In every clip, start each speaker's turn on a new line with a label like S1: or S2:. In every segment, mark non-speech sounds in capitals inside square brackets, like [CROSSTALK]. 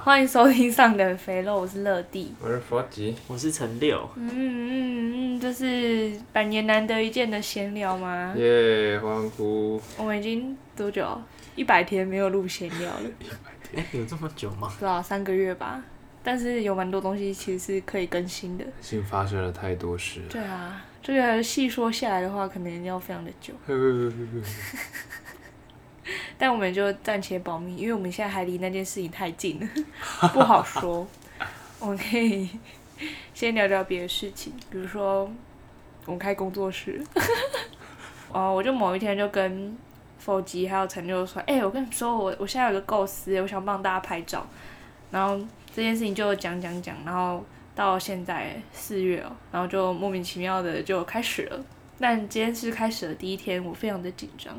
S1: 欢迎收听《上等肥肉》，我是乐蒂。
S2: 我是佛吉，
S3: 我是陈六，
S1: 嗯嗯嗯，这是百年难得一见的闲聊吗？
S2: 耶、欢呼！
S1: 我们已经多久？一百天没有录闲聊了，
S3: 哎、有这么久吗
S1: 不？知道三个月吧。但是有蛮多东西其实是可以更新的。
S2: 新发生了太多事。
S1: 对啊，这个细说下来的话，可能要非常的久，但我们就暂且保密，因为我们现在还离那件事情太近 [LAUGHS] 了，不好说。 [LAUGHS] 我们可以先聊聊别的事情，比如说我们开工作室。 [LAUGHS] 哦，我就某一天就跟否极还有陈六说：“哎、我跟你说，我我现在有个构思，我想帮大家拍照。”然后这件事情就讲讲讲，然后到现在四月哦，然后就莫名其妙的就开始了。但今天是开始的第一天，我非常的紧张。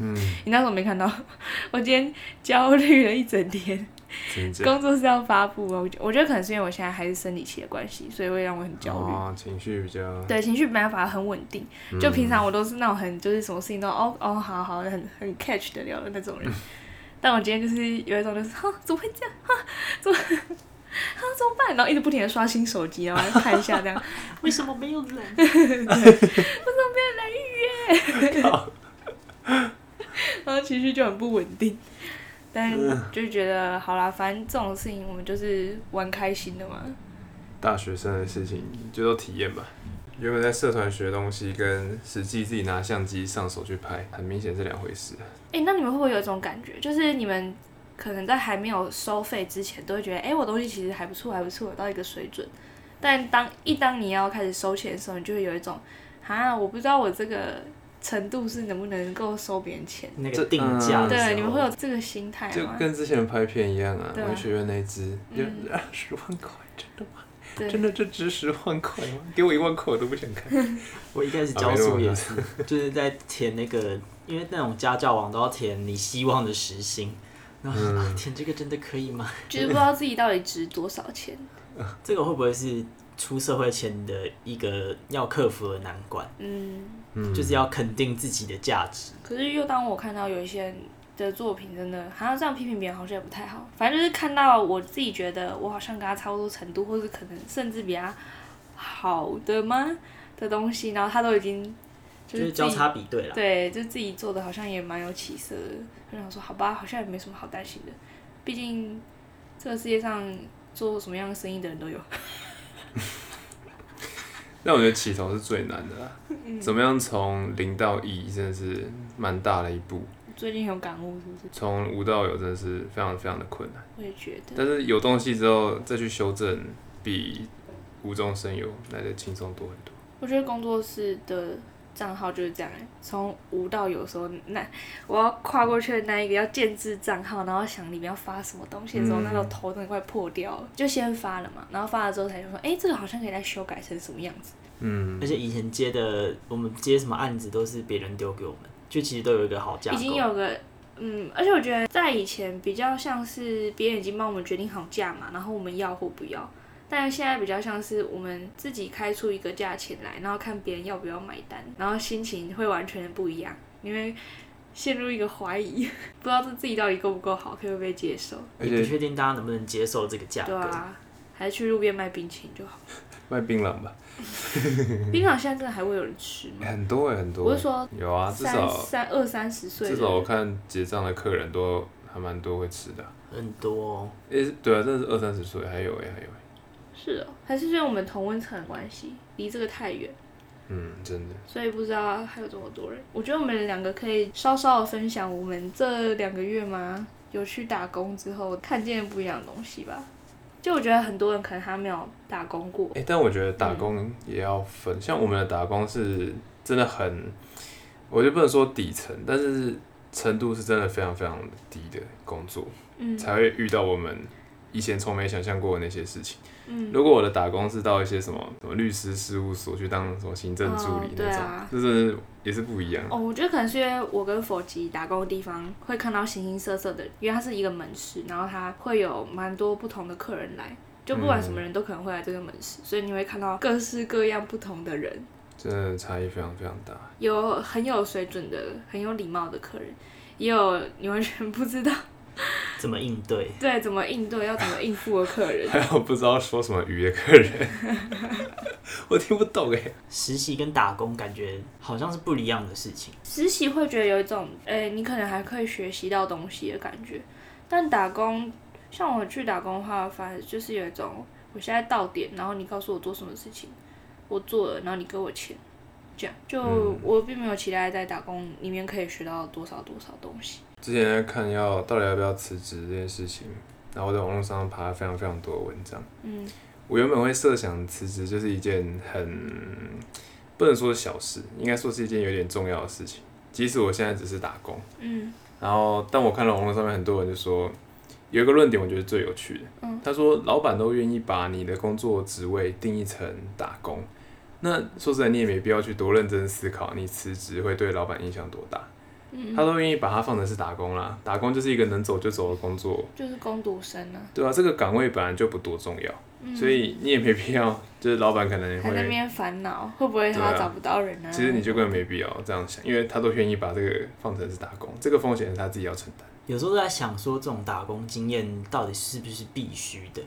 S2: 嗯，
S1: 你那时候没看到， [LAUGHS] 我今天焦虑了一整天。
S2: 真的
S1: 工作是要发布啊吗？我觉我觉得可能是因为我现在还是生理期的关系，所以会让我很焦虑。
S2: 哦，情绪比较
S1: 对，情绪没办法很稳定。就平常我都是那种很就是什么事情都哦哦好好很很 catch 的聊的那种人， [LAUGHS] 但我今天就是有一种就是哈怎么会这样哈怎么哈怎么办？然后一直不停的刷新手机，然后看一下这样，
S3: 为什么没有人？
S1: 然后情绪就很不稳定。但就觉得好啦，反正这种事情我们就是玩开心的嘛。
S2: 大学生的事情，就都体验吧。原本在社团学东西，跟实际自己拿相机上手去拍，很明显是两回事。
S1: 哎、那你们会不会有一种感觉，就是你们可能在还没有收费之前，都会觉得，哎、我东西其实还不错，还不错，有到一个水准。但当一当你要开始收钱的时候，你就会有一种，啊，我不知道我这个程度是能不能够收别人钱。
S3: 那
S2: 这
S3: 个定价
S2: 嗯
S3: 的时候、
S1: 对，你们会有这个心态
S2: 就
S1: 吗？
S2: 跟之前拍片一样啊，
S1: 哎对啊
S2: 文学院那一支，就
S1: 嗯
S2: 啊十万块，真的吗？
S1: 对，
S2: 真的就值十万块吗？给我一万块我都不想看。
S3: 我一开始教书也
S1: 啊
S3: 是，就是在填那个，因为那种家教网都要填你希望的时薪，然后、
S2: 嗯
S3: 啊填这个真的可以吗？
S1: 就是不知道自己到底值多少钱。嗯
S3: 这个会不会是出社会前的一个要克服的难关？
S1: 嗯，
S2: 嗯
S3: 就是要肯定自己的价值。
S1: 可是又当我看到有一些人的作品，真的好像这样批评别人好像也不太好。反正就是看到我自己觉得我好像跟他差不多程度，或是可能甚至比他好的吗的东西，然后他都已经就
S3: 就
S1: 是
S3: 是
S1: 自
S3: 交
S1: 己嗯
S3: 叉比对啦，
S1: 对，就自己做的好像也蛮有起色的。就想说，好吧，好像也没什么好担心的，毕竟这个世界上做什么样的生意的人都有。
S2: 那我觉得起头是最难的啦，
S1: 嗯
S2: 怎么样从零到一，真的是蛮大的一步。
S1: 最近很有感悟，是不是？
S2: 从无到有真的是非常非常的困难，
S1: 我也觉得。
S2: 但是有东西之后再去修正，比无中生有来的轻松多很多。
S1: 我觉得工作室的账号就是这样、欸，从无到有的时候，那我要跨过去的那一个要建制账号，然后想里面要发什么东西的时候，
S2: 嗯
S1: 那时候头真的快破掉了，就先发了嘛，然后发了之后才想说，哎、这个好像可以再修改成什么样子。
S2: 嗯
S3: 而，且以前接的我们接什么案子都是别人丢给我们，就其实都有一个好架构，
S1: 已经有个嗯，而且我觉得在以前比较像是别人已经帮我们决定好价嘛，然后我们要或不要。但现在比较像是我们自己开出一个价钱来，然后看别人要不要买单，然后心情会完全不一样，因为陷入一个怀疑， [LAUGHS] 不知道这自己到底够不够好，可不可以被接受？
S2: 而
S3: 你不
S2: 且
S3: 确定大家能不能接受这个价
S1: 对
S3: 格。
S1: 啊，还是去路边卖冰淇淋就好。
S2: 卖槟榔吧，嗯
S1: 冰淇淋现在真的还会有人吃吗？
S2: 欸很多哎、很多。
S1: 我是说
S2: 有啊，至
S1: 三
S2: 少
S1: 三二三十岁的
S2: 至
S1: 人，
S2: 少我看结账的客人都还蛮多会吃的、啊。
S3: 很多、哦，
S2: 诶、对啊，真的是二三十岁还有哎、还有、欸，
S1: 是哦，还是因为我们同温层的关系，离这个太远。
S2: 嗯，真的。
S1: 所以不知道还有这么多人。我觉得我们两个可以稍稍的分享我们这两个月嘛，有去打工之后看见不一样的东西吧。就我觉得很多人可能他没有打工过，
S2: 哎、但我觉得打工也要分，像我们的打工是真的很，我就不能说底层，但是程度是真的非常非常低的工作，
S1: 嗯
S2: 才会遇到我们以前从没想象过的那些事情。
S1: 嗯，
S2: 如果我的打工是到一些什么什么律师事务所去当什么行政助理
S1: 哦对
S2: 那种，
S1: 啊
S2: 就是也是不一样。
S1: 哦，我觉得可能是因为我跟佛吉打工的地方会看到形形色色的，因为它是一个门市，然后它会有蛮多不同的客人来。就不管什么人都可能会来这个门市，所以你会看到各式各样不同的人，
S2: 真的差异非常非常大。 [LAUGHS]
S1: 有很有水准的、很有礼貌的客人，也有你完全不知道
S3: 怎么应对。
S1: 对，怎么应对，要怎么应付的客人，
S2: 还有不知道说什么语言客人， [LAUGHS] 我听不懂哎、
S3: 实习跟打工感觉好像是不一样的事情。
S1: [LAUGHS] 实习会觉得有一种，诶、你可能还可以学习到东西的感觉。但打工，像我去打工的话，反而就是有一种，我现在到点，然后你告诉我做什么事情，我做了，然后你给我钱，这样就、
S2: 嗯
S1: 我并没有期待在打工里面可以学到多少多少东西。
S2: 之前在看要到底要不要辞职这件事情，然后我在网络上爬了非常非常多的文章。
S1: 嗯，
S2: 我原本会设想辞职就是一件很不能说是小事，应该说是一件有点重要的事情。即使我现在只是打工，
S1: 嗯，
S2: 然后但我看了网络上面很多人就说，有一个论点我觉得最有趣的，
S1: 嗯
S2: 他说老板都愿意把你的工作职位定义成打工，那说实在你也没必要去多认真思考你辞职会对老板影响多大，
S1: 嗯
S2: 他都愿意把它放成是打工啦，打工就是一个能走就走的工作，
S1: 就是工读生呢、
S2: 对啊，这个岗位本来就不多重要。
S1: 嗯、
S2: 所以你也没必要， [LAUGHS] 就是老板可能
S1: 还在那
S2: 会，
S1: 边烦恼会不会他
S2: 对啊
S1: 找不到人呢、
S2: 其实你就根本没必要这样想，因为他都愿意把这个放成是打工，这个风险是他自己要承担。
S3: 有时候都在想说，这种打工经验到底是不是必须的？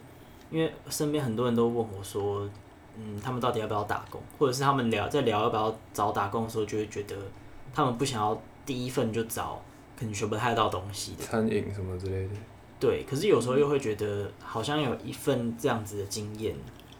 S3: 因为身边很多人都问我说，嗯，他们到底要不要打工，或者是他们聊在聊要不要找打工的时候，就会觉得他们不想要第一份就找可能学不太到东西的。
S2: 餐饮什么之类的，
S3: 对，可是有时候又会觉得好像有一份这样子的经验，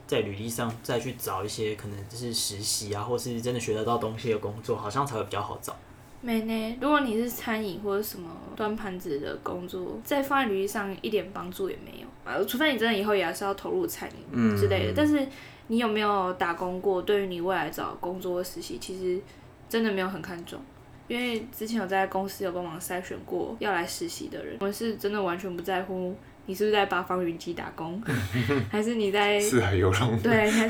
S3: 在履历上再去找一些可能就是实习啊，或是真的学得到东西的工作，好像才会比较好找。
S1: 没呢，如果你是餐饮或者什么端盘子的工作，在放在履历上一点帮助也没有啊，除非你真的以后也是要投入餐饮之类的。但是你有没有打工过，对于你未来找工作或实习，其实真的没有很看重。因为之前有在公司有帮忙筛选过要来实习的人，我们是真的完全不在乎你是不是在八方云集打工， [LAUGHS] 还是你在
S2: 四海游
S1: [LAUGHS]
S2: 龙。
S1: 对，你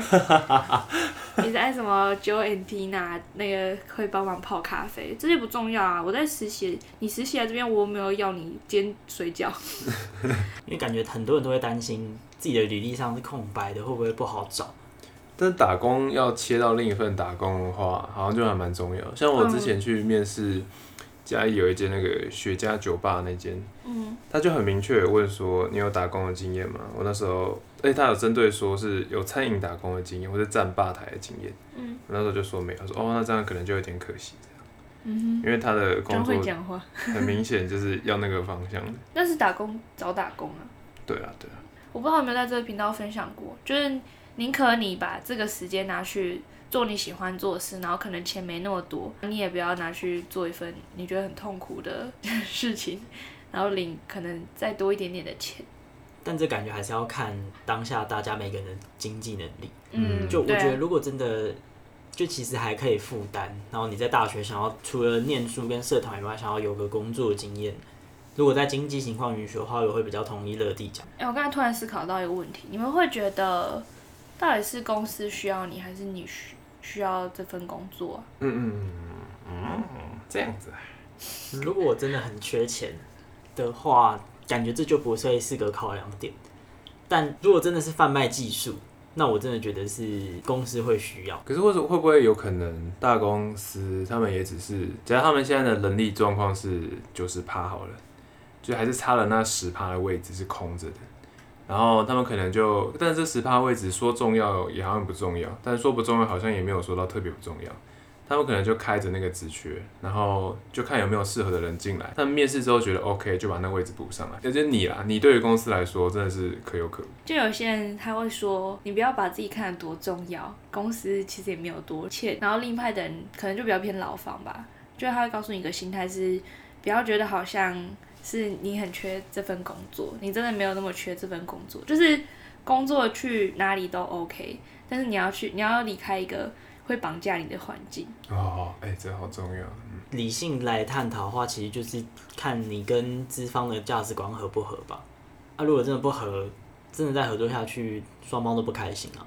S1: 在你在什么 Joe and Tina 那个会帮忙泡咖啡，这些不重要啊。我在实习，你实习来这边，我没有要你煎水 [LAUGHS] 饺。
S3: 因为感觉很多人都会担心自己的履历上是空白的，会不会不好找？
S2: 但打工要切到另一份打工的话，好像就还蛮重要。像我之前去面试，嘉义有一间那个雪茄酒吧那间，
S1: 嗯
S2: 他就很明确地问说你有打工的经验吗？我那时候，而且他有针对说是有餐饮打工的经验，或者站吧台的经验。
S1: 嗯
S2: 我那时候就说没有，他说哦，那这样可能就有点可惜，
S1: 嗯
S2: 因为他的
S1: 哼，真
S2: 工
S1: 会
S2: 作
S1: 讲话。
S2: 很明显就是要那个方向的。
S1: 但是打工找打工啊，
S2: 对啊，对啊，
S1: 我不知道有没有在这个频道分享过，就是宁可你把这个时间拿去做你喜欢做的事，然后可能钱没那么多，你也不要拿去做一份你觉得很痛苦的事情，然后领可能再多一点点的钱。
S3: 但这感觉还是要看当下大家每个人的经济能力。
S2: 嗯
S3: 就我
S1: 对啊
S3: 觉得，如果真的，就其实还可以负担。然后你在大学想要除了念书跟社团以外，想要有个工作经验，如果在经济情况允许的话，我会比较同意乐地讲。
S1: 哎、我刚才突然思考到一个问题，你们会觉得到底是公司需要你，还是你需需要这份工作啊、
S2: 嗯嗯嗯嗯，这样子啊，
S3: 如果我真的很缺钱的话，感觉这就不会是个考量点。但如果真的是贩卖技术，那我真的觉得是公司会需要。
S2: 可是为什么会不会有可能大公司他们也只是，假如他们现在的能力状况是九十趴好了，就还是差了那十趴的位置是空着的，然后他们可能就，但是这十趴位置说重要也好像不重要，但是说不重要好像也没有说到特别不重要。他们可能就开着那个职缺，然后就看有没有适合的人进来。他们面试之后觉得 OK，就把那个位置补上来。而且你啦，你对于公司来说真的是可有可无。
S1: 就有些人他会说，你不要把自己看得多重要，公司其实也没有多欠。然后另一派的人可能就比较偏牢房吧，就是他会告诉你一个心态是，不要觉得好像是你很缺这份工作，你真的没有那么缺这份工作，就是工作去哪里都 OK，但是你要去，你要离开一个会绑架你的环境。
S2: 哦，哎、这好重要。嗯
S3: 理性来探讨的话，其实就是看你跟资方的价值观合不合吧。啊，如果真的不合，真的再合作下去，双方都不开心啊。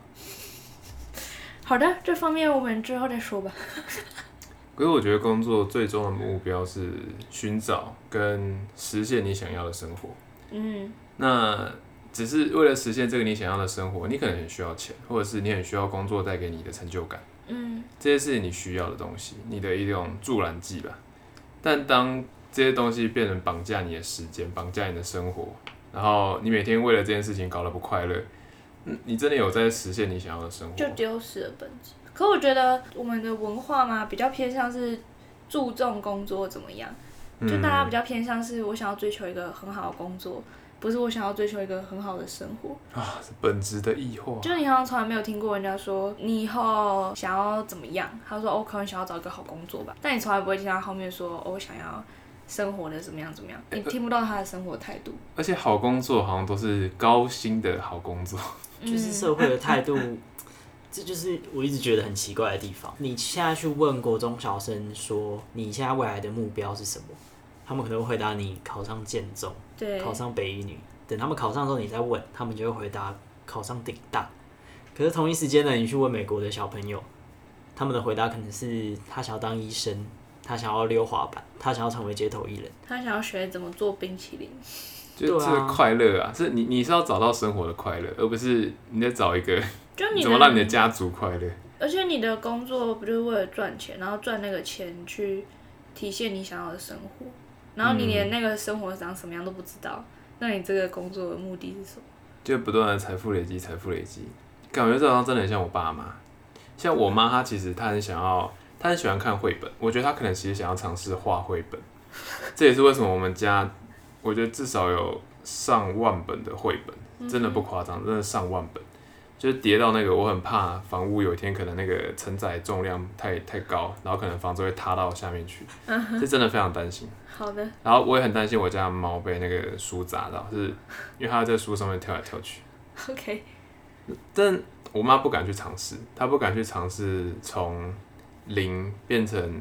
S1: 好的，这方面我们之后再说吧。
S2: 可是我觉得工作最终的目标是寻找跟实现你想要的生活。
S1: 嗯，
S2: 那只是为了实现这个你想要的生活，你可能很需要钱，或者是你很需要工作带给你的成就感。
S1: 嗯，
S2: 这些是你需要的东西，你的一种助燃剂吧。但当这些东西变成绑架你的时间，绑架你的生活，然后你每天为了这件事情搞得不快乐，嗯你真的有在实现你想要的生活？
S1: 就丢失了本质。可我觉得我们的文化嘛，比较偏向是注重工作怎么样，就大家比较偏向是我想要追求一个很好的工作，不是我想要追求一个很好的生活。
S2: 啊，是本质的异化。
S1: 就是你好像从来没有听过人家说你以后想要怎么样，他说哦，可能想要找一个好工作吧，但你从来不会听他后面说哦，我想要生活的怎么样怎么样，你听不到他的生活态度。
S2: 而且好工作好像都是高薪的好工作，
S1: 呃嗯
S3: 就是社会的态度，这就是我一直觉得很奇怪的地方。你现在去问国中小生说你现在未来的目标是什么，他们可能会回答你考上建中，
S1: 嗯对，
S3: 考上北一女。等他们考上之后，你再问，他们就会回答考上顶大。可是同一时间呢，你去问美国的小朋友，他们的回答可能是他想要当医生，他想要溜滑板，他想要成为街头艺人。
S1: 他想要学怎么做冰淇淋。
S2: 就
S3: 对
S2: 是
S3: 啊
S2: 快乐啊，是你你是要找到生活的快乐，而不是你在找一个
S1: 就你
S2: 怎么让你的家族快乐。
S1: 而且你的工作不就是为了赚钱，然后赚那个钱去体现你想要的生活，然后你连那个生活长什么样都不知道，那你这个工作的目的是什么？
S2: 就不断的财富累积，财富累积，感觉这好像真的很像我爸妈。像我妈，她其实她很想要，她很喜欢看绘本。我觉得她可能其实想要尝试画绘本，这也是为什么我们家，我觉得至少有上万本的绘本，真的不夸张，真的上万本。就是叠到那个，我很怕房屋有一天可能那个承载重量太太高，然后可能房子会塌到下面去，是真的非常担心。
S1: 好的， [LAUGHS]
S2: 然后我也很担心我家的猫被那个书砸到，是因为它在书上面跳来跳去。
S1: OK，
S2: 但我妈不敢去尝试，她不敢去尝试从零变成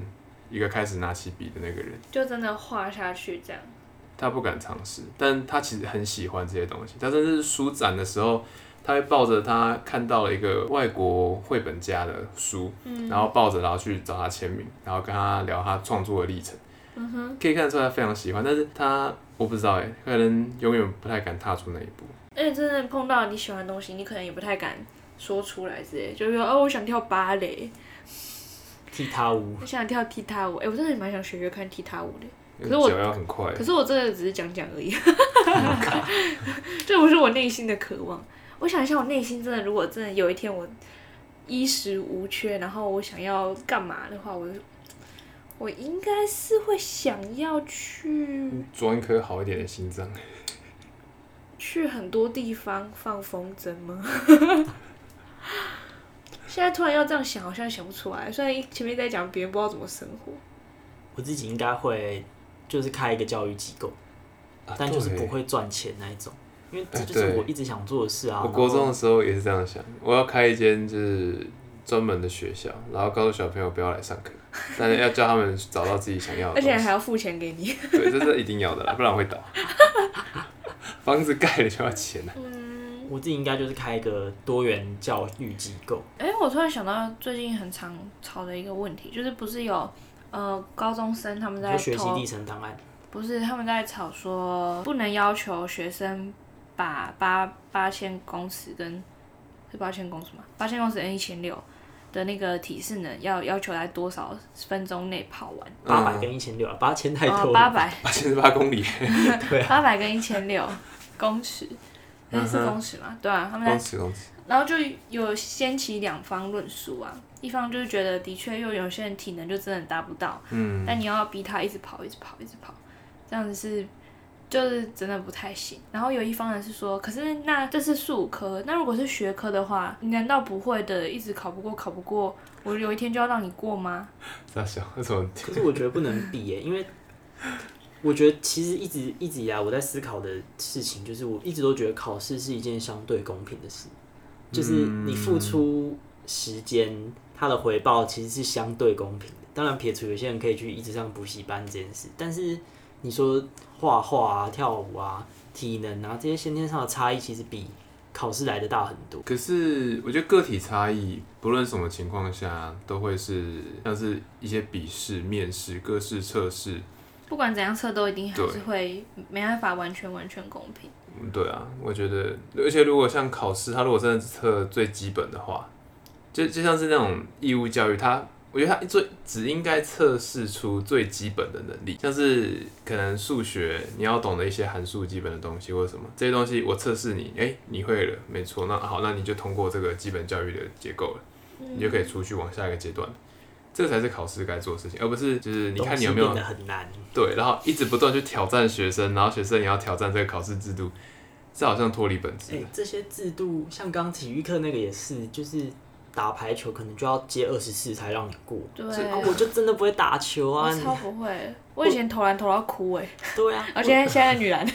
S2: 一个开始拿起笔的那个人，
S1: 就真的画下去这样。
S2: 她不敢尝试。但她其实很喜欢这些东西，她甚至是书展的时候，她会抱着她看到了一个外国绘本家的书，然后抱着然后去找他签名，然后跟他聊他创作的历程。
S1: 嗯哼，
S2: 可以看得出来她非常喜欢，但是她我不知道哎、可能永远不太敢踏出那一步。
S1: 而且真的碰到你喜欢的东西，你可能也不太敢说出来之类，就是说哦，我想跳芭蕾，
S3: 踢踏舞，
S1: 我想跳踢踏舞。哎、我真的蛮想学学看踢踏舞的。可是我
S2: 脚要很快，
S1: 可是我真的只是讲讲而已， [LAUGHS] 这不是我内心的渴望。我想一下，我内心真的，如果真的有一天我衣食无缺，然后我想要干嘛的话，我我应该是会想要去
S2: 装一颗好一点的心脏。
S1: 去很多地方放风筝吗？ [LAUGHS] 现在突然要这样想，好像想不出来。虽然一前面在讲别人不知道怎么生活，
S3: 我自己应该会就是开一个教育机构，
S2: 啊
S3: 但就是不
S2: 对
S3: 会赚钱那一种，因为这
S2: 哎
S3: 就是
S2: 对
S3: 我一直想做的事啊。
S2: 我国中的时候也是这样想，我要开一间就是专门的学校，然后告诉小朋友不要来上
S1: [LAUGHS]
S2: 课，但是要教他们找到自己想要的
S1: 而且
S2: 东西。
S1: 还要付钱给你。
S2: 对，这是一定要的啦，不然会倒。房子盖了就要钱啊，
S1: 嗯，
S3: 我自己应该就是开一个多元教育机构，
S1: 哎、我突然想到最近很常吵的一个问题，就是不是有呃高中生他们
S3: 你
S1: 在
S3: 说学习
S1: 投，
S3: 历程档
S2: 嗯
S3: 案，
S1: 不是他们在吵说不能要求学生把八八千公尺跟是八千公尺吗？八千公尺跟一千六的那个体适能要要求在多少分钟内跑完？
S3: 八百
S2: 嗯
S3: 跟一千六啊，八千太多
S1: 哦，
S3: 了，啊
S1: 八百
S2: 八千十八公里，
S1: 八百跟一千六公尺，那是公尺吗？对啊，他们在
S2: 公尺公尺。
S1: 然后就有掀起两方论述啊，一方就是觉得的确，又有些人体能就真的达不到，嗯，但你要逼他一直跑，一直跑，一直跑，这样子是就是真的不太行。然后有一方人是说，可是那这是数科，那如果是学科的话，你难道不会的，一直考不过，考不过，我有一天就要让你过吗？
S2: 大小为什么？
S3: [LAUGHS] 可是我觉得不能比耶、因为我觉得其实一直一直以来我在思考的事情，就是我一直都觉得考试是一件相对公平的事，就是你付出时间，它的回报其实是相对公平的。当然，撇除有些人可以去一直上补习班这件事，但是你说画画啊、跳舞啊、体能啊这些先天上的差异，其实比考试来的大很多。
S2: 可是我觉得个体差异，不论什么情况下，都会是像是一些笔试、面试、各式测试。
S1: 不管怎样测都一定还
S2: 对
S1: 是会没办法完全完全公平。
S2: 嗯，对啊，我觉得，而且如果像考试，他如果真的只测最基本的话，就就像是那种义务教育，他我觉得他最只应该测试出最基本的能力，像是可能数学你要懂得一些函数基本的东西或者什么这些东西，我测试你，哎、你会了，没错，那好，那你就通过这个基本教育的结构了，你就可以出去往下一个阶段，这才是考试该做的事情，而不是就是你看你有没有
S3: 东西变得很难，
S2: 对，然后一直不断去挑战学生，然后学生也要挑战这个考试制度，这好像脱离本质
S3: 哎、。这些制度，像刚体育课那个也是，就是打排球可能就要接二十四才让你过。
S1: 对
S2: 这
S3: 啊，我就真的不会打球啊！
S1: 哎我
S3: 你
S1: 超不会，我以前投篮投到哭哎，
S3: 对啊，
S1: 而且现在女篮，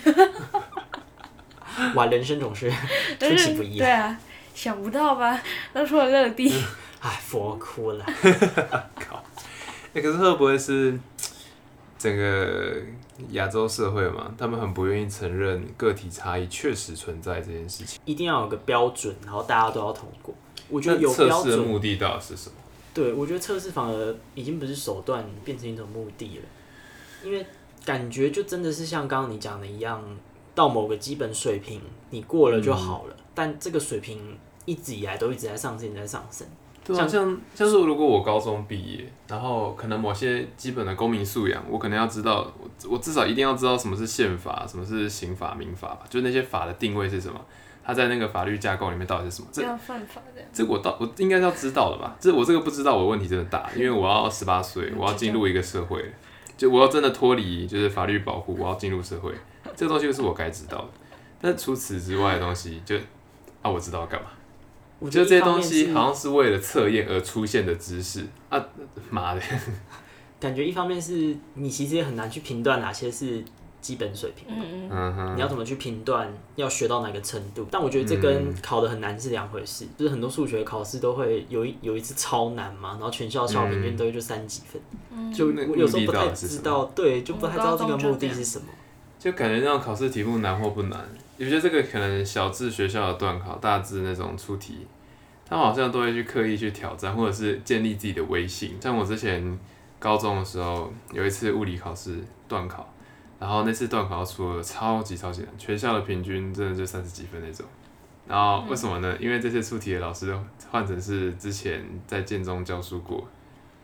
S3: 哇，人生总
S1: [LAUGHS]
S3: 是出
S1: 但
S3: 其
S1: 是
S3: 不意
S1: 对。啊，想不到吧？ [LAUGHS] 当初的乐蒂， [LAUGHS]
S3: 哎，佛哭了，
S2: 欸可是会不会是整个亚洲社会嘛？他们很不愿意承认个体差异确实存在这件事情。
S3: 一定要有个标准，然后大家都要通过。我
S2: 我
S3: 觉得有
S2: 测
S3: 标
S2: 试的
S3: 准，
S2: 目的到底是什么？
S3: 对我觉得测试反而已经不是手段，变成一种目的了。因为感觉就真的是像刚刚你讲的一样，到某个基本水平，你过了就
S2: 嗯
S3: 好了。但这个水平一直以来都一直在上升，一直在上升。
S2: 对啊，
S3: 像
S2: 像像是如果我高中毕业，然后可能某些基本的公民素养，我可能要知道，我我至少一定要知道什么是宪法，什么是刑法、民法吧，就是那些法的定位是什么，它在那个法律架构里面到底是什么。这
S1: 这样犯法的，
S2: 这个我到我应该是要知道的吧？这我这个不知道，我问题真的
S3: [LAUGHS]
S2: 大，因为我要十八岁，我要进入一个社会，就我要真的脱离就是法律保护，我要进入社会，这个东西是我该知道的。但除此之外的东西就，啊，我知道干嘛？
S3: 我
S2: 觉得这
S3: 一
S2: 些
S3: 方
S2: 东
S3: 面
S2: 西
S3: 是
S2: 好像是为了测验而出现的知识啊，妈的，
S3: 感觉一方面是你其实也很难去评断哪些是基本水平，
S1: 嗯嗯，
S2: 嗯
S3: 你
S2: 哼，
S3: 要怎么去评断要学到哪个程度？但我觉得这跟
S2: 嗯
S3: 考的很难是两回事，就是很多数学考试都会有一有一次超难嘛，然后全校校平均都就三几分，
S1: 嗯
S3: 就
S2: 嗯那
S3: 我有时候不
S2: 目的
S3: 太
S2: 到底是
S3: 知
S2: 什么
S3: 道，对，就不太知道这个
S1: 我们高中
S3: 目
S1: 就这
S3: 的
S1: 样
S3: 是什么。
S2: 就感觉那种考试题目难或不难，有些这个可能小至学校的段考，大至那种出题，他们好像都会去刻意去挑战，或者是建立自己的威信。像我之前高中的时候，有一次物理考试段考，然后那次段考出了超级超级难，全校的平均真的就三十几分那种。然后为什么呢？因为这次出题的老师换成是之前在建中教书过，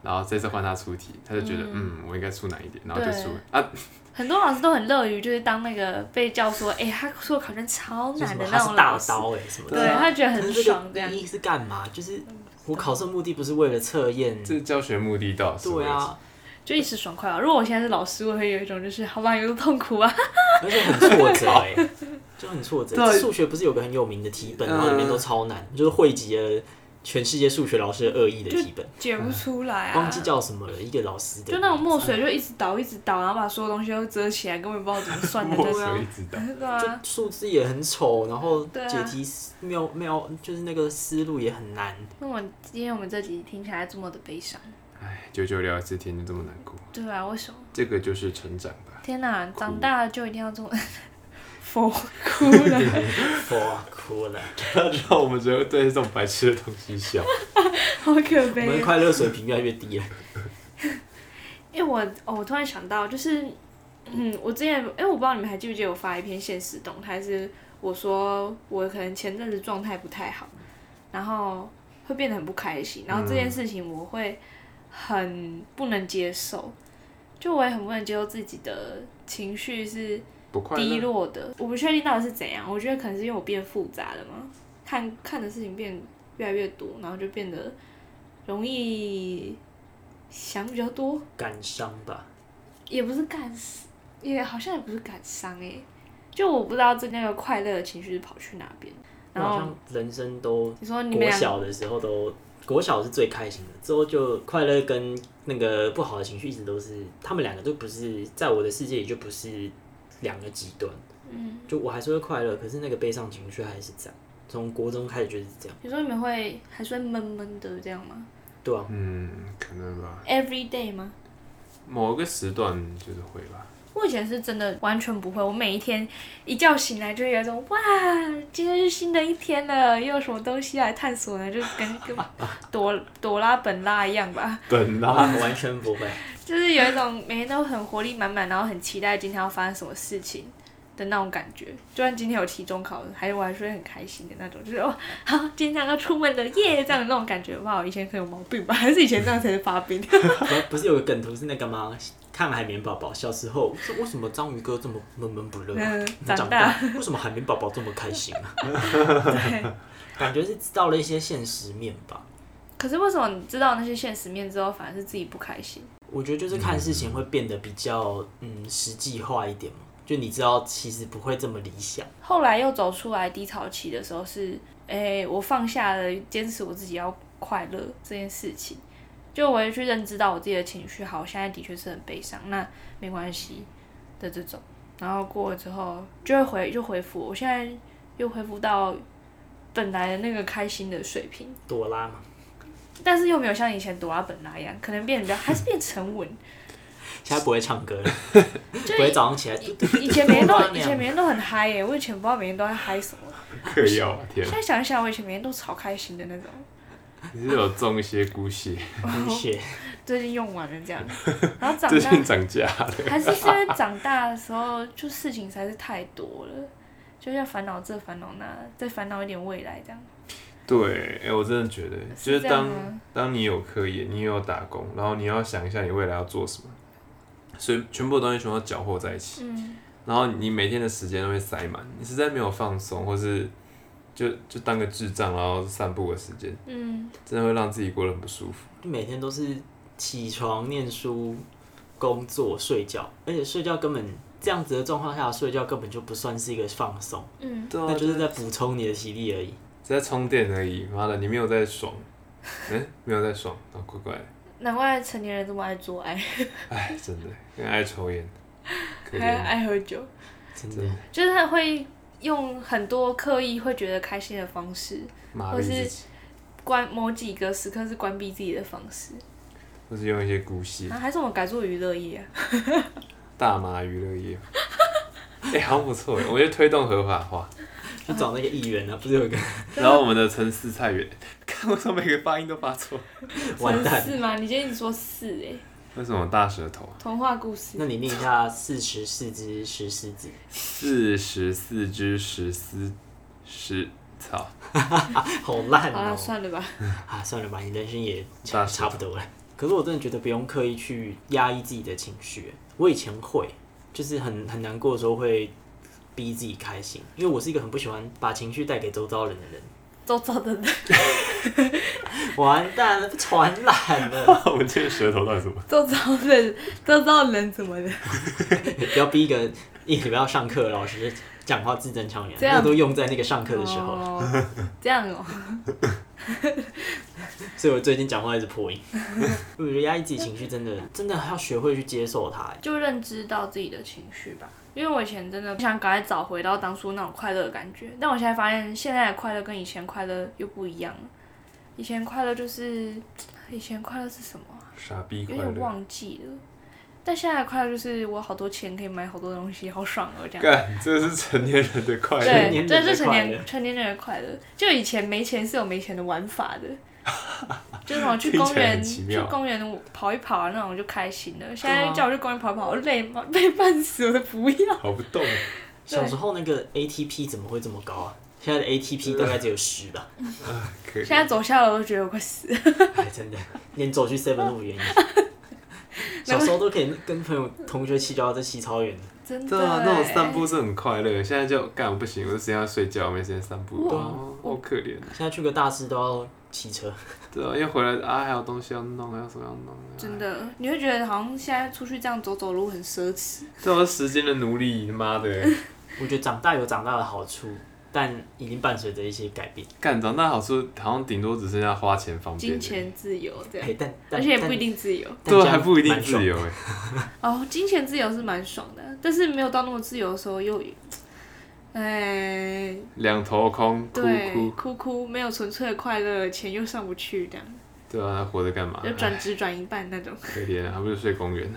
S2: 然后这次换他出题，他就觉得嗯我应该出难一点，然后就
S1: 对
S2: 出了啊，
S1: 很多老师都很乐于就是当那个被叫说，哎，他出的考卷超
S3: 就什
S1: 难
S3: 么
S1: 的
S3: 他
S1: 那
S3: 是
S1: 种
S3: 大
S1: 老师，
S3: 刀哎、什么的，
S1: 对
S2: 啊
S1: 他觉得
S3: 可
S1: 很
S3: 是
S1: 爽
S3: 这
S1: 这
S3: 个
S1: 样嗯
S3: 意。义是干嘛？就是我考试的目的不是为了测验，
S2: 这教学目的到底是为
S3: 对
S2: 了什么
S3: 啊，
S1: 就一时爽快啊！如果我现在是老师，我会有一种就是好吧，有多痛苦啊。
S3: 而且很挫折、欸，就很挫折。
S2: 对
S3: 数学不是有个很有名的题本，
S2: 嗯
S3: 然后里面都超难，就是汇集了全世界数学老师的恶意的题本，
S1: 解不出来啊。
S3: 忘记叫什么了，一个老师的，
S1: 就那种墨水就一直倒，一直倒，然后把所有东西都遮起来，根本不知道怎么算的。
S2: 我
S1: 对
S2: 谁知道？
S1: 对
S3: 就
S1: 啊，
S3: 数字也很丑，然后
S1: 对啊
S3: 解题妙妙就是那个思路也
S1: [LAUGHS]
S3: 很难。
S1: 那我们今天我们这集听起来这么的悲伤。
S2: 哎，久久聊一次天就这么难过，
S1: 对啊，为什么？
S2: 这个就是成长吧。 [LAUGHS]
S1: 天哪，
S2: 哭
S1: 长大了就一定要这么 [LAUGHS] 佛哭了，
S3: 哇，哭了！
S2: 让我们只会对这种白痴的东西笑。
S1: 好可
S3: 我们
S1: 悲
S3: 的
S1: 啊。
S3: 快乐水平越来越低了。
S1: 因为我哦，我突然想到，就是嗯，我之前哎，我不知道你们还记不记得我发一篇现实动态，是我说我可能前阵子状态不太好，然后会变得很不开心，然后这件事情我会很不能接受，就我也很不能接受自己的情绪是
S2: 不快
S1: 低
S2: 乐，
S1: 落的，我不确定到底是怎样，我觉得可能是因为我变复杂了嘛，看看的事情变越来越多，然后就变得容易想比较多。
S3: 感伤吧，
S1: 也不是感伤，也好像也不是感伤哎、就我不知道这那个快乐的情绪是跑去哪边。
S3: 我
S1: 然
S3: 好
S1: 后
S3: 像人生都
S1: 你哦说你们
S3: 国
S1: 俩
S3: 小的时候都。国小是最开心的，之后就快乐跟那个不好的情绪一直都是，他们两个都不是在我的世界里就不是两个极端，
S1: 嗯，
S3: 就我还是会快乐，可是那个悲伤情绪还是这样，从国中开始就是这样，
S1: 你说你们会还是会闷闷的这样吗
S2: [LAUGHS]
S3: 对啊，
S2: 嗯，可能吧。
S1: ？Every day 吗？
S2: 某个时段就是会吧。
S1: 我以前是真的完全不会，我每一天一觉醒来就会有一种哇，今天是新的一天了，又有什么东西来探索呢？就跟跟 [LAUGHS] 朵朵拉本拉一样吧， [LAUGHS]
S2: 等
S3: 然
S2: 啦，
S3: 后啊完全不会，
S1: 就是有一种每天都很活力满满，然后很期待今天要发生什么事情的那种感觉。就算今天有期中考，还是我还是会很开心的那种，就是哦，好，今天这样要出门了耶，这样的那种感觉。哇，我以前很有毛病吧？还是以前这样才是发 [LAUGHS] 病？
S3: 不是有个梗图是那个吗？看海绵宝宝小时候，说为什么章鱼哥这么闷闷不乐、啊？
S1: 嗯，
S3: 长
S1: 长大，
S3: 为什么海绵宝宝这么开心啊？
S1: [LAUGHS]
S3: [LAUGHS]
S1: 对。
S3: 感觉是知道了一些现实面吧。
S1: 可是为什么你知道那些现实面之后，反而是自己不开心？
S3: 我觉得就是看事情会变得比较嗯实际化一点嘛，就你知道其实不会这么理想。
S1: 后来又走出来低潮期的时候是，诶，我放下了坚持我自己要快乐这件事情，就我也去认知到我自己的情绪，好，我现在的确是很悲伤，那没关系的这种。然后过了之后，就会回就恢复，我现在又恢复到本来的那个开心的水平，
S3: 朵拉嘛，
S1: 但是又没有像以前朵拉本那样，可能变得比较还是变沉稳，
S3: 现在不会唱歌了，
S1: 就
S3: [LAUGHS] 不会早上起来。
S1: 以前每天都
S3: 多巴胺
S1: 以前每天都很嗨耶、我以前不知道每天都在嗨什么。
S2: 嗑药，天
S1: 现，在想一想，我以前每天都超开心的那种，
S2: [LAUGHS] 你是有中一些骨血，
S1: 然后
S3: 谢谢
S1: 最近用完了这
S3: [LAUGHS]
S1: 样，然后长
S2: 最近
S1: 大
S2: 涨价了。
S1: 还是是因为长大的时候就事情实在是太多了，就要烦恼这烦恼那，再烦恼一点未来这样。
S2: 对，哎、我真的觉得，就是是
S1: 这样啊
S2: 当
S1: 吗
S2: 当你有科研，你也有打工，然后你要想一下你未来要做什么，所以全部的东西全部都搅和在一起，
S1: 嗯，
S2: 然后你每天的时间都会塞满，你实在没有放松，或是就就当个智障，然后散步的时间，
S1: 嗯，
S2: 真的会让自己过得很不舒服。
S3: 就每天都是起床、念书、工作、睡觉，而且睡觉根本这样子的状况下，睡觉根本就不算是一个放松，
S1: 嗯，
S2: 对啊
S3: 那就是在补充你的体力而已。
S2: 只在充电而已，妈的，你没有在爽，嗯、没有在爽，哦，乖乖的，
S1: 难怪成年人这么爱做爱，
S2: 哎，真的，跟爱抽烟，可
S1: 还
S2: 怜，
S1: 爱喝酒，
S3: 真的
S2: 真，的，
S1: 就是他会用很多刻意会觉得开心的方式，
S2: 麻
S1: 或
S2: 痹
S1: 是
S2: 自己，
S1: 关某几个时刻是关闭自己的方式。
S2: 或是用一些骨血
S3: 嗯
S1: 啊，还是我们改做娱乐业啊？
S2: 大麻娱乐 [LAUGHS] 业，哎、好像不错耶，我觉得推动合法化。
S3: 就找那个议员啊，不是
S1: [LAUGHS]
S3: 有一个
S2: 然后我们的陈四菜园， [LAUGHS] 看为什么每个发音都发错？
S3: 完蛋？
S1: 是吗？你今天一直说是哎、
S2: 为什么大舌头？啊
S1: 童话故事
S3: 那。你念一下四十四只石狮子，
S2: 四十四只石狮，石草，
S3: 好烂
S1: 好了，
S3: 哦、
S1: 算了吧。
S3: 啊，算了吧，你人生也
S2: 大
S3: 差
S2: 舌头
S3: 差不多了。可是我真的觉得不用刻意去压抑自己的情绪。欸我以前会，就是很很难过的时候会逼自己开心，因为我是一个很不喜欢把情绪带给周遭人的人。
S1: 周遭的人，
S3: 完蛋了，被传染了！
S2: [LAUGHS]
S3: [LAUGHS]
S2: 我们这个舌头到底什么？
S1: 周遭的人，周遭的人怎么了？
S3: 不要逼一个一个礼拜要上课的老师讲话字正腔圆，
S1: 这样
S3: 那都用在那个上课的时候。
S1: 哦，这样哦，
S3: 所以我最近讲话一直破音。 [LAUGHS] 我觉得压抑自己情绪真的真的要学会去接受它。欸
S1: 就认知到自己的情绪吧。因为我以前真的想赶快找回到当初那种快乐的感觉，但我现在发现，现在的快乐跟以前快乐又不一样了。以前快乐就是，以前快乐是什么啊？
S2: [LAUGHS] 傻逼
S1: 有
S2: 快
S1: 点
S2: 乐，
S1: 忘记了。但现在的快乐就是我好多钱可以买好多东西，好爽哦，这样。
S2: 干，这是成年人的快乐。
S3: 成
S2: [LAUGHS]
S3: 年
S1: 对，这
S3: 人的
S1: 是成
S3: 快
S1: 年
S3: 乐
S1: 成年人的快乐。就以前没钱是有没钱的玩法
S2: [LAUGHS]
S1: 的，就是我去
S2: 听起来
S1: 公园
S2: 很奇
S1: 去
S2: 妙啊
S1: 公园跑一跑啊那种就开心了。现在叫我去公园跑一跑，我累吗？ [LAUGHS] 累半死，我都不要。
S2: 跑不动，
S3: 小时候那个 ATP 怎么会这么高啊？现在的 ATP 大概只有十吧。
S2: 可
S1: 现在走下楼都觉得我快死了。
S3: [LAUGHS] 哎，真的，连走去 Seven 都
S1: [LAUGHS]
S3: 不愿意。小时候都可以跟朋友、同学骑脚踏车骑超远的，
S1: 真的
S2: 对
S1: 欸。
S2: 啊，那种散步是很快乐。现在就干不行，我时间要睡觉，没时间散步，
S1: 哇
S2: 哦，好可怜。
S3: 现在去个大市都要骑车。
S2: 对啊，因为回来啊，还有东西要弄，还有什么要弄。
S1: 真的，你会觉得好像现在出去这样走走路很奢侈。
S2: 这种时间的奴隶，
S1: [LAUGHS]
S2: 妈的！
S3: 我觉得长大有长大的好处，但已经伴随着一些改变。
S2: 干长大好处好像顶多只剩下花钱方便
S1: 金
S2: 而已，
S1: 钱自由这样
S3: 哎，，但但
S1: 而且也不
S3: 但
S1: 一定自由。
S3: 但
S2: 对
S3: 这
S2: 啊，
S3: 样
S2: 还不一定
S3: 蛮爽
S2: 自由哎。
S1: 哦，金钱自由是蛮爽的，但是没有到那么自由的时候又，哎，
S2: 两头空，哭
S1: 对，
S2: 哭，
S1: 哭哭没有纯粹的快乐，钱又上不去，这样
S2: 对啊，他活着干嘛？
S1: 就转职转一半那种。
S2: 可怜啊，还不是睡公园？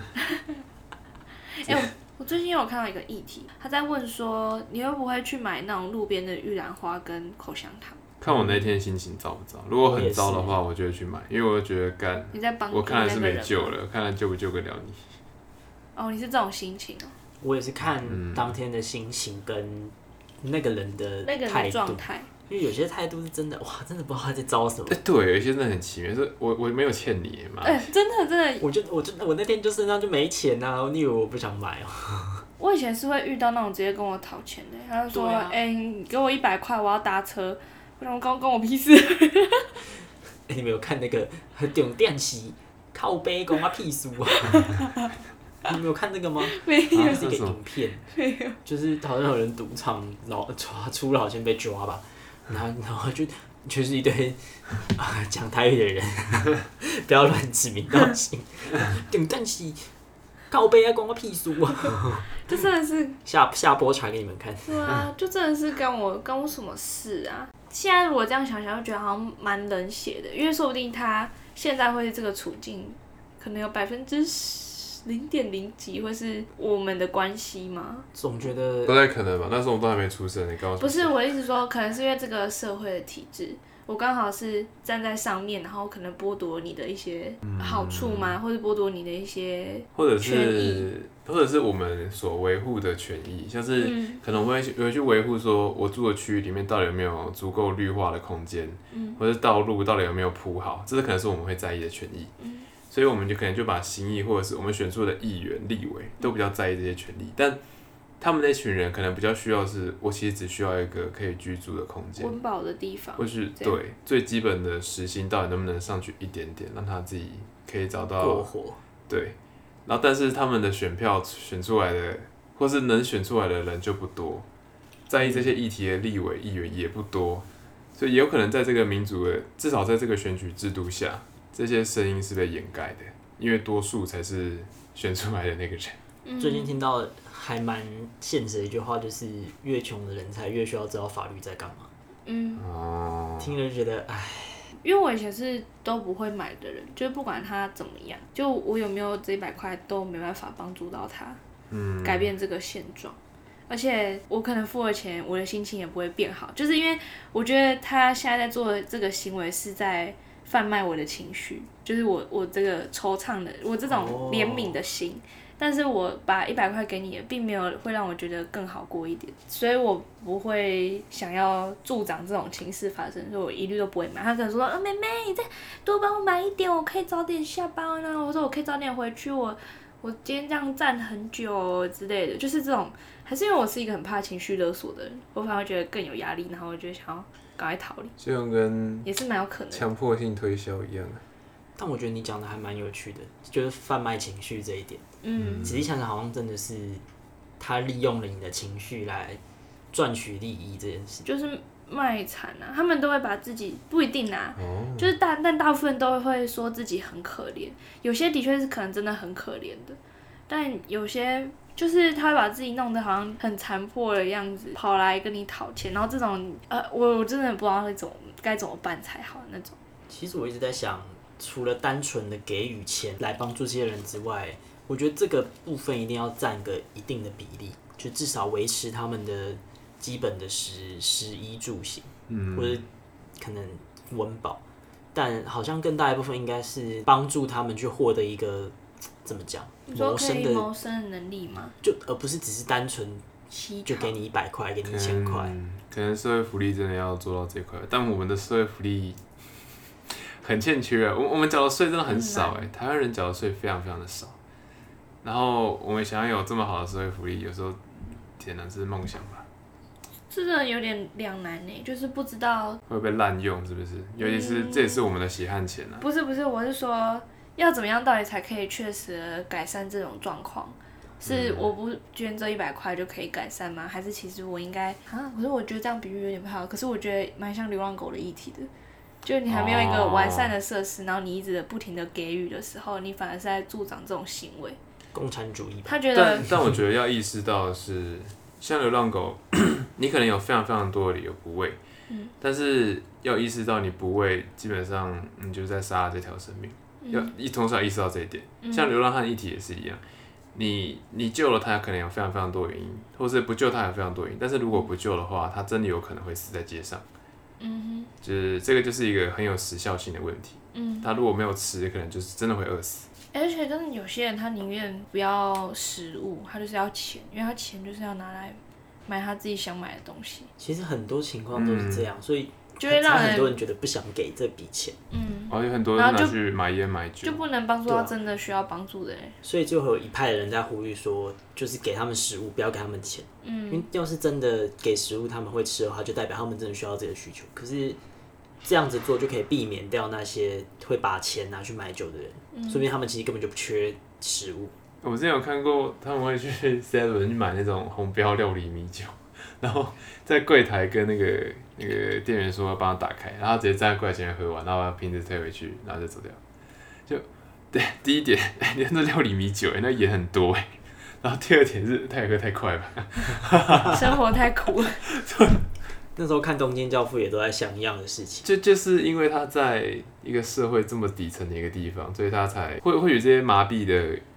S1: 我最近有看到一个议题，他在问说，你会不会去买那种路边的玉兰花跟口香糖？
S2: 看我那天心情糟不糟，如果很糟的话，我就会去买，因为我就觉得干，
S1: 你在帮助
S2: 我看来是
S1: 那个
S2: 没
S1: 人
S2: 救
S1: 吗
S2: 了，看来救不救得了你。
S1: 哦，你是这种心情哦。
S3: 我也是看
S2: 嗯
S3: 当天的心情跟那个人的
S1: 那个人
S3: 态
S1: 的
S3: 度，
S1: 状态，
S3: 因为有些态度是真的哇，真的不知道他在招什么
S2: 哎、。对，有一些真的很奇妙，就是我我没有欠你嘛，
S1: 哎、真的真的，
S3: 我就我就我那天就身上就没钱呐、啊，你以为我不想买哦、
S1: 我以前是会遇到那种直接跟我讨钱的，他就说，
S3: 对
S1: 哎、
S3: 啊
S1: 你给我一百块，我要搭车，不然跟跟我屁事。
S3: 哎你们有看那个 [LAUGHS] 顶电器靠背公啊屁书啊？ [LAUGHS] 你们有看那个吗？
S1: 没 [LAUGHS]
S3: 有，
S2: 有
S3: 是一个影片，就是好像有人赌场老抓出了，好像被抓吧，然后然后就就是一堆 [LAUGHS] 啊讲台语的人， [LAUGHS] 不要乱指名道姓，顶电器靠背啊公啊屁书啊，
S1: 这真的是，
S3: 下下播传给你们看。
S1: 对啊，就真的是跟我跟我什么事啊？现在我这样想想，就觉得好像蛮冷血的，因为说不定他现在会是这个处境，可能有百分之零点零几，会是我们的关系吗？
S3: 总觉得
S2: 不太可能吧？那时候我们都还没出生，你告诉
S1: 不是，我的意思说，可能是因为这个社会的体制，我刚好是站在上面，然后可能剥夺你的一些好处嘛，或者剥夺你的一些
S2: 或者
S1: 权
S2: 是
S1: 益
S2: 或者是我们所维护的权益，像是
S1: 嗯
S2: 可能我会去我会去维护说我住的区域里面到底有没有足够绿化的空间，
S1: 嗯
S2: 或者是道路到底有没有铺好，这是可能是我们会在意的权益。
S1: 嗯
S2: 所以我们就可能就把心意或者是我们选出的议员、立委都比较在意这些权利，但他们那群人可能比较需要是，我其实只需要一个可以居住的空间，
S1: 温饱的地方。
S2: 或是
S1: 这样
S2: 对最基本的时薪到底能不能上去一点点，让他自己可以找
S3: 过
S2: 到
S3: 火。
S2: 对。然后，但是他们的选票选出来的，或是能选出来的人就不多，在意这些议题的立委、议员也不多，所以也有可能在这个民主的，至少在这个选举制度下，这些声音是被掩盖的，因为多数才是选出来的那个人。
S1: 嗯
S3: 最近听到还蛮现实的一句话，就是越穷的人才越需要知道法律在干嘛。
S1: 嗯，
S2: 哦，
S3: 听了就觉得，哎，
S1: 因为我以前是都不会买的人，就是不管他怎么样，就我有没有这一百块都没办法帮助到他
S2: 嗯，
S1: 改变这个现状。而且我可能付了钱，我的心情也不会变好，就是因为我觉得他现在在做的这个行为是在贩卖我的情绪，就是我我这个惆怅的，我这种
S3: 哦
S1: 怜悯的心。但是我把一百块给你，并没有会让我觉得更好过一点，所以我不会想要助长这种情势发生，所以我一律都不会买。他可能说：“啊，妹妹，你再多帮我买一点，我可以早点下班啊。”我说：“我可以早点回去，我我今天这样站很久之类的。”就是这种，还是因为我是一个很怕情绪勒索的人，我反而觉得更有压力，然后我就想要赶快逃离，
S2: 就像跟
S1: 也是蛮有可能的。
S2: 强迫性推销一样啊，
S3: 但我觉得你讲的还蛮有趣的，就是贩卖情绪这一点。
S1: 嗯，
S3: 仔细想想，好像真的是他利用了你的情绪来赚取利益这件事。
S1: 就是卖惨啊，他们都会把自己不一定啊，
S2: 哦，
S1: 就是大，但大部分都会说自己很可怜，有些的确是可能真的很可怜的，但有些就是他会把自己弄得好像很残破的样子，跑来跟你讨钱，然后这种呃，我我真的不知道会怎么该怎么办才好那种。
S3: 其实我一直在想，除了单纯的给予钱来帮助这些人之外，我觉得这个部分一定要占个一定的比例，就至少维持他们的基本的食食衣住行。
S2: 嗯
S3: 或者可能温饱，但好像更大一部分应该是帮助他们去获得一个怎么讲
S1: 你说
S3: 谋
S1: 可
S3: 生
S1: 以
S3: 的，
S1: 谋生的能力吗？
S3: 就而不是只是单纯
S1: 乞
S3: 就
S1: 讨
S3: 给你一百块，给你
S2: 可
S3: 一
S2: 能
S3: 千块。
S2: 嗯可能社会福利真的要做到这一块，但我们的社会福利 [LAUGHS] 很欠缺啊。我我们缴的税真的很少哎、台湾人缴的税非常非常的少。然后我们想要有这么好的社会福利，有时候天哪，这是梦想吧？
S1: 这个有点两难呢、就是不知道，
S2: 会被滥用是不是？尤其是、
S1: 嗯
S2: 这也是我们的血汗钱啊。
S1: 不是不是，我是说要怎么样到底才可以确实地改善这种状况？是我不捐这一百块就可以改善吗？还是其实我应该啊？可是我觉得这样比喻有点不好，可是我觉得蛮像流浪狗的议题的，就是你还没有一个完善的设施，然后你一直不停的给予的时候，你反而是在助长这种行为。
S3: 共产主义吧，
S1: 他觉得
S2: 但但我觉得要意识到的是，像流浪狗， [CLEARS THROAT] 你可能有非常非常多的理由不喂，
S1: 嗯
S2: 但是要意识到你不喂，基本上你就是在杀了这条生命。要
S1: 嗯
S2: 一从小意识到这一点，
S1: 嗯
S2: 像流浪汉议题也是一样，你你救了他，可能有非常非常多原因，或是不救他有非常多原因，但是如果不救的话，他真的有可能会死在街上，
S1: 嗯
S2: 就是这个就是一个很有时效性的问题。
S1: 哼嗯，
S2: 他如果没有吃，可能就是真的会饿死。
S1: 哎、而且真的有些人他宁愿不要食物，他就是要钱，因为他钱就是要拿来买他自己想买的东西。
S3: 其实很多情况都是这样，所以
S1: 就会让
S3: 才
S1: 人
S3: 很多人觉得不想给这笔钱，
S1: 嗯，
S2: 而且很多
S1: 然
S2: 人
S1: 后
S2: 拿
S1: 就
S2: 去买烟买
S1: 就
S2: 酒，
S1: 不能帮助
S3: 对
S1: 到
S3: 啊
S1: 真的需要帮助的人。
S3: 所以就会有一派的人在呼吁说，就是给他们食物，不要给他们钱。因
S1: 嗯，
S3: 为要是真的给食物他们会吃的话，就代表他们真的需要这个需求。可是这样子做就可以避免掉那些会把钱拿去买酒的人，说不定他们其实根本就不缺食物。
S2: 我之前有看过，他们会去 Seven 去买那种红标料理米酒，然后在柜台跟那个那个店员说要帮他打开，然后他直接站在柜台前面喝完，然后把瓶子推回去，然后就走掉。就对，第一点， [LAUGHS] 你看这料理米酒、欸，那盐很多哎、然后第二点是他也喝太快吧，
S1: [LAUGHS]
S2: 啊
S1: 生活太苦了。
S3: 那时候看《东京教父》也都在想一样的事情。
S2: 就就是因为他在一个社会这么底层的一个地方，所以他才会会有这些麻痹的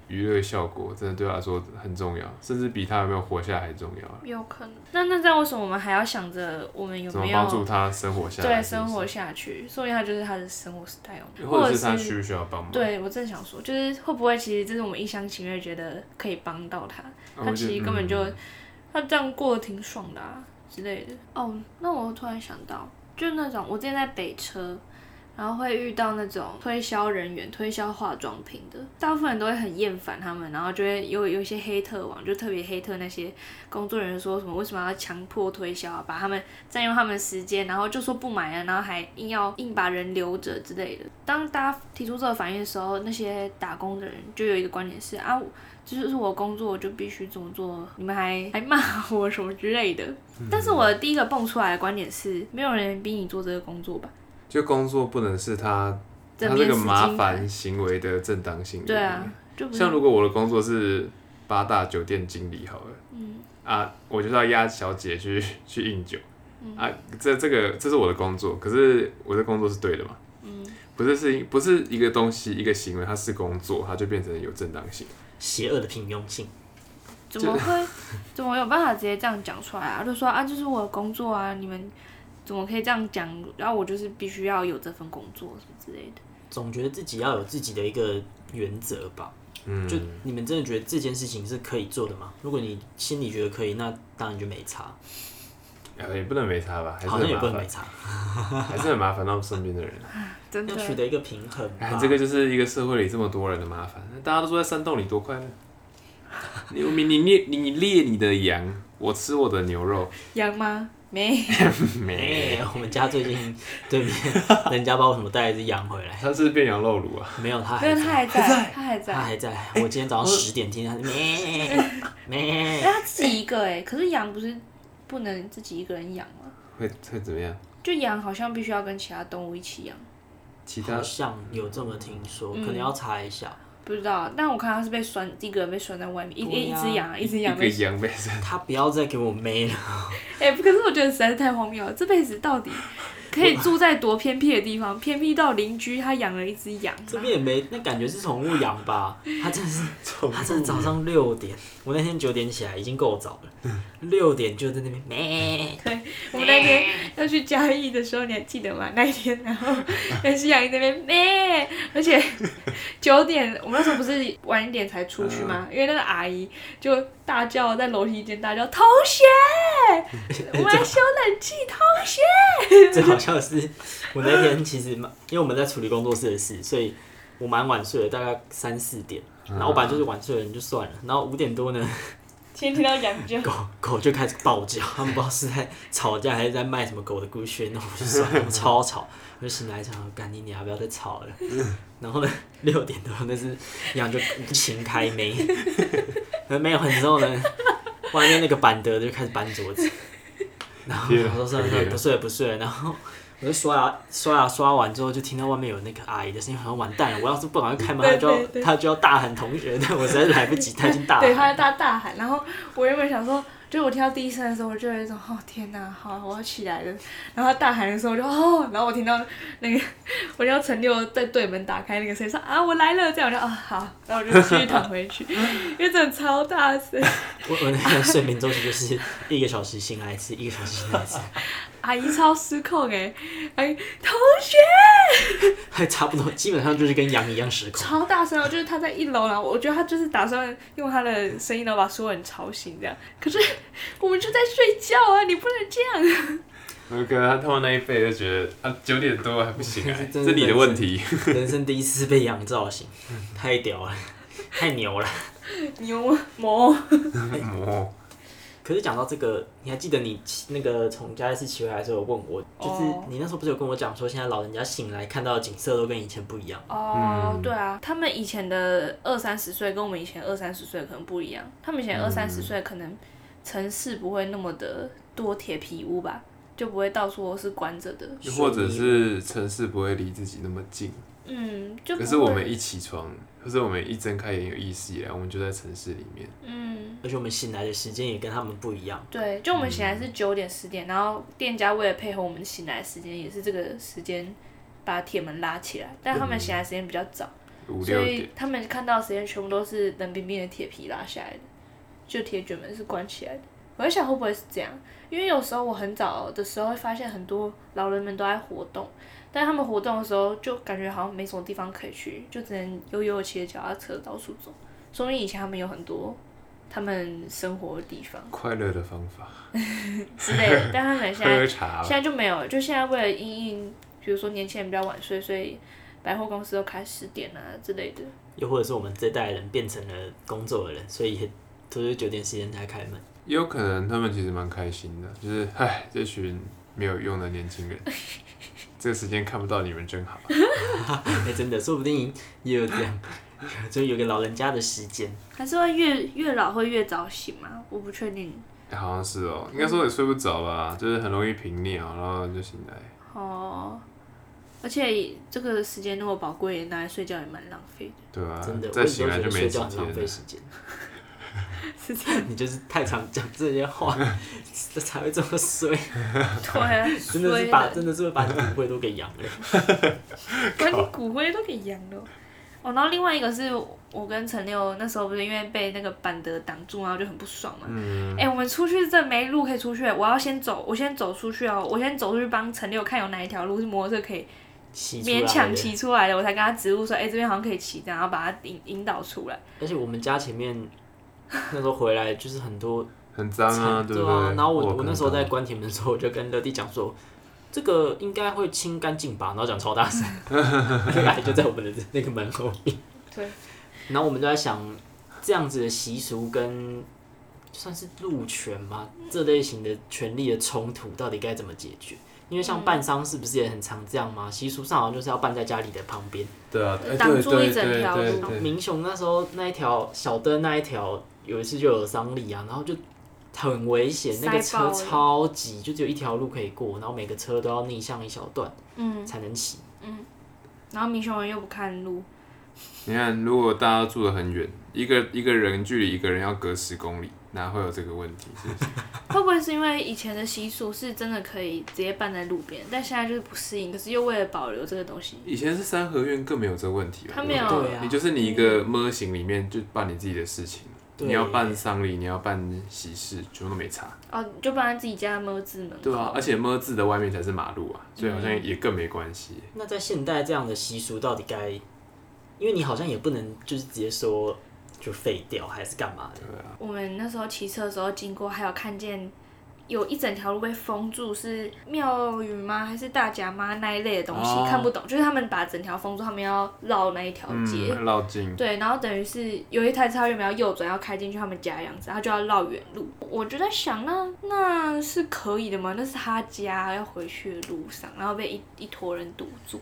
S2: 娱乐效果，真的对他来说很重要，甚至比他有没有活下来还重要。
S1: 有可能。那那这样为什么我们还要想着我们有
S2: 怎么
S1: 没
S2: 帮助
S1: 有
S2: 他生活下来？
S1: 对
S2: 是不
S1: 生
S2: 是
S1: 活下去？说明他就是他的生活 style，
S2: 或者
S1: 者
S2: 是他需不需要帮忙？
S1: 对我正想说，就是会不会其实这是我们一厢情愿觉得可以帮到他，
S2: 啊，
S1: 他
S2: 我觉得
S1: 其实根本就、
S2: 嗯
S1: 他这样过得挺爽的啊之类的。哦，那我突然想到，就那种我之前在北车，然后会遇到那种推销人员、推销化妆品的，大部分人都会很厌烦他们，然后就会有有一些黑特网，就特别黑特那些工作人员说什么为什么要强迫推销啊，把他们占用他们的时间，然后就说不买啊，然后还硬要硬把人留着之类的。当大家提出这个反应的时候，那些打工的人就有一个观点是啊，这就是我工作，我就必须怎么做，你们还 [LAUGHS] 还骂我什么之类的。
S2: 嗯
S1: 但是我的第一个蹦出来的观点是，没有人逼你做这个工作吧？
S2: 就工作不能是他他
S1: 整
S2: 这
S1: 面
S2: 个
S1: 死
S2: 麻
S1: 金牌
S2: 烦行为的正当性。
S1: 对啊，，就不是
S2: 像如果我的工作是八大酒店经理好了，
S1: 嗯
S2: 啊，我就是要压小姐去去应酒，
S1: 嗯
S2: 啊，这这个这是我的工作，可是我的工作是对的嘛？
S1: 嗯，
S2: 不是是不是一个东西一个行为，它是工作，它就变成有正当性。
S3: 邪恶的平庸性，
S1: 怎么会怎么有办法直接这样讲出来啊？就说啊，这是我的工作啊，你们怎么可以这样讲？然后我就是必须要有这份工作什么之类的。
S3: 总觉得自己要有自己的一个原则吧。
S2: 嗯，
S3: 就你们真的觉得这件事情是可以做的吗？如果你心里觉得可以，那当然就没差，
S2: 呃也不能没差吧，还是
S3: 好
S2: 很
S3: 像也
S2: 麻
S3: 不能没
S2: 烦，
S3: 差，
S2: 还是很麻烦到身边的人。
S1: 真
S3: 要取
S1: 的，
S3: 得一个平衡吧。
S2: 哎，
S1: 啊
S2: 这个就是一个社会里这么多人的麻烦，大家都住在山洞里，多快乐！你你你猎你你猎你的羊，我吃我的牛肉， [LAUGHS]
S1: 羊吗？没，
S3: 哎、 [LAUGHS]
S2: 没，
S3: 我们家
S2: [LAUGHS]
S3: 最近对面人家把我什么带一只羊回来，
S2: 它是变羊肉炉啊，
S3: 没有，它
S1: 没有，
S3: 还
S1: 他
S3: 在，
S1: 还在，他还在
S3: 它。还在。
S2: 哎
S3: 我今天早上十点听它咩
S1: 哎，
S3: 咩，
S1: 他自己一个哎、可是羊不是不能自己一个人养吗？
S2: 会会怎么样？
S1: 就羊好像必须要跟其他动物一起养，
S2: 其他
S3: 好像有这么听说，
S1: 嗯
S3: 可能要查一下。
S1: 不知道。但我看它是被拴，一个人被拴在外面，一
S3: 对
S1: 一
S3: 啊
S1: 只羊啊，一只
S2: 一
S1: 羊
S2: 个
S1: 被拴。
S2: 羊被山
S3: 它不要再给我咩了，
S1: [LAUGHS] 哎、可是我觉得实在是太荒谬了，这辈子到底可以住在多偏僻的地方？偏僻到邻居他养了一只羊，
S3: 这边也没，那感觉是宠物羊吧？它
S2: [LAUGHS]
S3: 真的是，它真的早上六点，我那天九点起来已经够早了，
S2: 嗯
S3: 六点就在那边咩，
S1: 对，我们那天要去嘉义的时候，你还记得吗？那一天，然后 [LAUGHS] 那只羊在那边咩，而且九点，我们那时候不是晚一点才出去吗？因为那个阿姨就大叫在楼梯间大叫：“同学，我们来修冷气，同学。
S3: [LAUGHS] 最好笑的是，我那天其实蛮，因为我们在处理工作室的事，所以我蛮晚睡的，大概三四点。然后我本来就是晚睡的人就算了，然后五点多呢，”
S1: 先听到羊叫，
S3: [LAUGHS] 狗狗就开始暴叫，他们不知道是在吵架还是在卖什么狗的骨血，那我就算了，我超吵，我就醒来想说，干你娘，不要再吵了。 [LAUGHS] 然后呢，六点多那只羊就无情开没，没有很之后呢，外面那个板德就开始搬桌子，然后
S2: 天啊
S3: 我说算了
S2: 太
S3: 算
S2: 累
S3: 了，
S2: 了
S3: 不睡了不睡了，然后。我就刷牙刷牙刷完之后，就听到外面有那个阿姨的声音，好像完蛋了。我要是不赶快开门，她就
S1: 对对
S3: 要
S1: 对
S3: 她就要大喊同学，但我实在是来不及，她已经大喊
S1: 对，
S3: 了。
S1: 他在大大喊。然后我原本想说，就是我听到第一声的时候，我就有一种哦天哪，好，我要起来了。然后他大喊的时候，我就哦，然后我听到那个，我听到陈六在对门打开那个声音说啊我来了，这样我就哦好，然后我就继续躺回去，因为真的超大声。
S3: 我我那个睡眠周期就是一个小时醒来一次，一个小时醒来一次，
S1: 阿姨超失控哎、哎，同学
S3: 还差不多，基本上就是跟羊一样失控。
S1: 超大声哦，就是他在一楼，然后我觉得他就是打算用他的声音，然后把所有人吵醒这样。可是我们就在睡觉啊，你不能这样。
S2: 那个他们那一辈就觉得啊九点多还不
S1: [LAUGHS]
S2: 行、啊，
S3: 真
S2: 这
S3: 是
S2: 是你的问题。
S3: 人生第一次被羊造型，太屌了，太牛了。
S1: 牛魔
S2: 嗯 [LAUGHS] 哦，
S1: 哎
S3: 可是讲到这个，你还记得你骑那个从加利斯骑回来的时候有问我，就是
S1: 哦
S3: 你那时候不是有跟我讲说，现在老人家醒来看到的景色都跟以前不一样，
S1: 哦，对啊，他们以前的二三十岁跟我们以前二三十岁可能不一样，他们以
S2: 嗯
S1: 前二三十岁可能城市不会那么的多铁皮屋吧，就不会到处都是关着的。
S2: 又或者是城市不会离自己那么近，
S1: 嗯，就不
S2: 可
S1: 会
S2: 是我们一起床，或是我们一睁开眼有意识以来，我们就在城市里面。
S1: 嗯。
S3: 而且我们醒来的时间也跟他们不一样。
S1: 对，就我们醒来是九点
S2: 嗯
S1: 十点，然后店家为了配合我们醒来的时间，也是这个时间把铁门拉起来，但他
S2: 嗯
S1: 们醒来时间比较早，
S2: 五
S1: 所
S2: 六点
S1: 以，他们看到的时间全部都是冷冰冰的铁皮拉下来的，就铁卷门是关起来的。我在想会不会是这样，因为有时候我很早的时候会发现很多老人们都在活动，但他们活动的时候就感觉好像没什么地方可以去，就只能悠悠的骑着脚踏车到处走。说明以前他们有很多他们生活的地
S2: [LAUGHS]
S1: 方。
S2: 快乐的方法，
S1: 之类的，但他们现在
S2: 喝茶
S1: 现在就没有了，就现在为了因应，比如说年轻人比较晚睡，所以百货公司都开十点啊之类的。
S3: 又或者是我们这代人变成了工作的人，所以也都是九点时间才开门。
S2: 也有可能他们其实蛮开心的，就是唉，这群没有用的年轻人，这个时间看不到你们真好。
S3: [LAUGHS] 哎、真的，说不定也有这样， [LAUGHS] 就有个老人家的时间。
S1: 还是会越越老会越早醒吗？我不确定。
S2: 好像是哦，应该说也睡不着吧，就是很容易频尿，然后就醒来。
S1: 哦，而且这个时间那么宝贵，拿来睡觉也蛮浪费的。 [LAUGHS]
S2: 对啊
S3: 真的，，我
S2: 再
S3: 一直
S2: 醒
S3: 都
S2: 来
S3: 觉
S2: 就
S3: 得
S2: 没
S3: 睡
S2: 几
S3: 觉很
S2: 天
S3: 浪费
S2: 了。
S3: 时间。 [LAUGHS] 是这样，你就是太常讲这些话， [LAUGHS] 这才会这
S1: [LAUGHS]
S3: 么衰。
S1: 对啊，
S3: [LAUGHS] 真的
S1: 衰
S3: 是
S1: 了
S3: 把真的是会把你骨灰都给扬了。
S1: 把你啊骨灰都给扬了。哦，然后另外一个是我跟陈六那时候不是因为被那个板德挡住，然后就很不爽嘛。
S2: 嗯，
S1: 哎、我们出去这没路可以出去，我要先走，我先走出去哦，我先走出去帮陈六看有哪一条路是摩托车可以
S3: 骑出来
S1: 勉
S3: 的
S1: 强骑出来的，我才跟他指路说，哎、这边好像可以骑，这样然后把他引引导出来。
S3: 而且我们家前面那时候回来就是很多
S2: 很脏啊，对不对？
S3: 啊，然后我
S2: 有
S3: 我
S2: 看
S3: 那时候
S2: 到
S3: 在关铁门的时候，我就跟乐弟讲说，这个应该会清干净吧，然后讲
S2: [LAUGHS]
S3: 超大声，那个阿姨就在我们的那个门后面，
S1: 对，
S3: 然后我们就在想这样子的习俗跟算是路权吗？这类型的权利的冲突到底该怎么解决？因为像办丧事不是也很常这样吗？习俗上好像就是要办在家里的旁边。
S2: 对啊，哎
S1: 挡
S2: 对
S1: 住
S2: 对
S1: 一整
S2: 对
S1: 条
S2: 对
S1: 路
S2: 对
S3: 明雄那时候那一条小灯那一条，有一次就有丧礼啊，然后就很危险，那个
S1: 塞爆
S3: 车
S1: 了
S3: 超级，就只有一条路可以过，然后每个车都要逆向一小段
S1: 嗯，
S3: 才能骑。
S1: 然后明雄人又不看路，
S2: 你看，如果大家住得很远，一个一个人距离一个人要隔十公里，哪会有这个问题？是不是
S1: 会不会是因为以前的习俗是真的可以直接办在路边，但现在就是不适应，可是又为了保留这个东西，
S2: 以前是三合院更没有这个问题吧？哦
S1: 他没有
S3: 对啊
S2: 你就是你一个模型里面就办你自己的事情，
S3: 对
S2: 你要办丧礼，你要办喜事，全部都没差，
S1: 哦，就办在自己家么字门口。
S2: 对啊，而且么字的外面才是马路啊，所以好像
S3: 嗯
S2: 也更没关系。
S3: 那在现代这样的习俗到底该，因为你好像也不能就是直接说就废掉还是干嘛的，
S1: 我们那时候骑车的时候经过，还有看见有一整条路被封住，是庙宇吗？还是大甲妈那一类的东西，
S2: 哦
S1: 看不懂。就是他们把整条封住，他们要绕那一条街。
S2: 嗯，绕境，
S1: 对，然后等于是有一台车原本要右转要开进去他们家的样子，他就要绕远路。我就在想，那那是可以的吗？那是他家要回去的路上，然后被一一坨人堵住。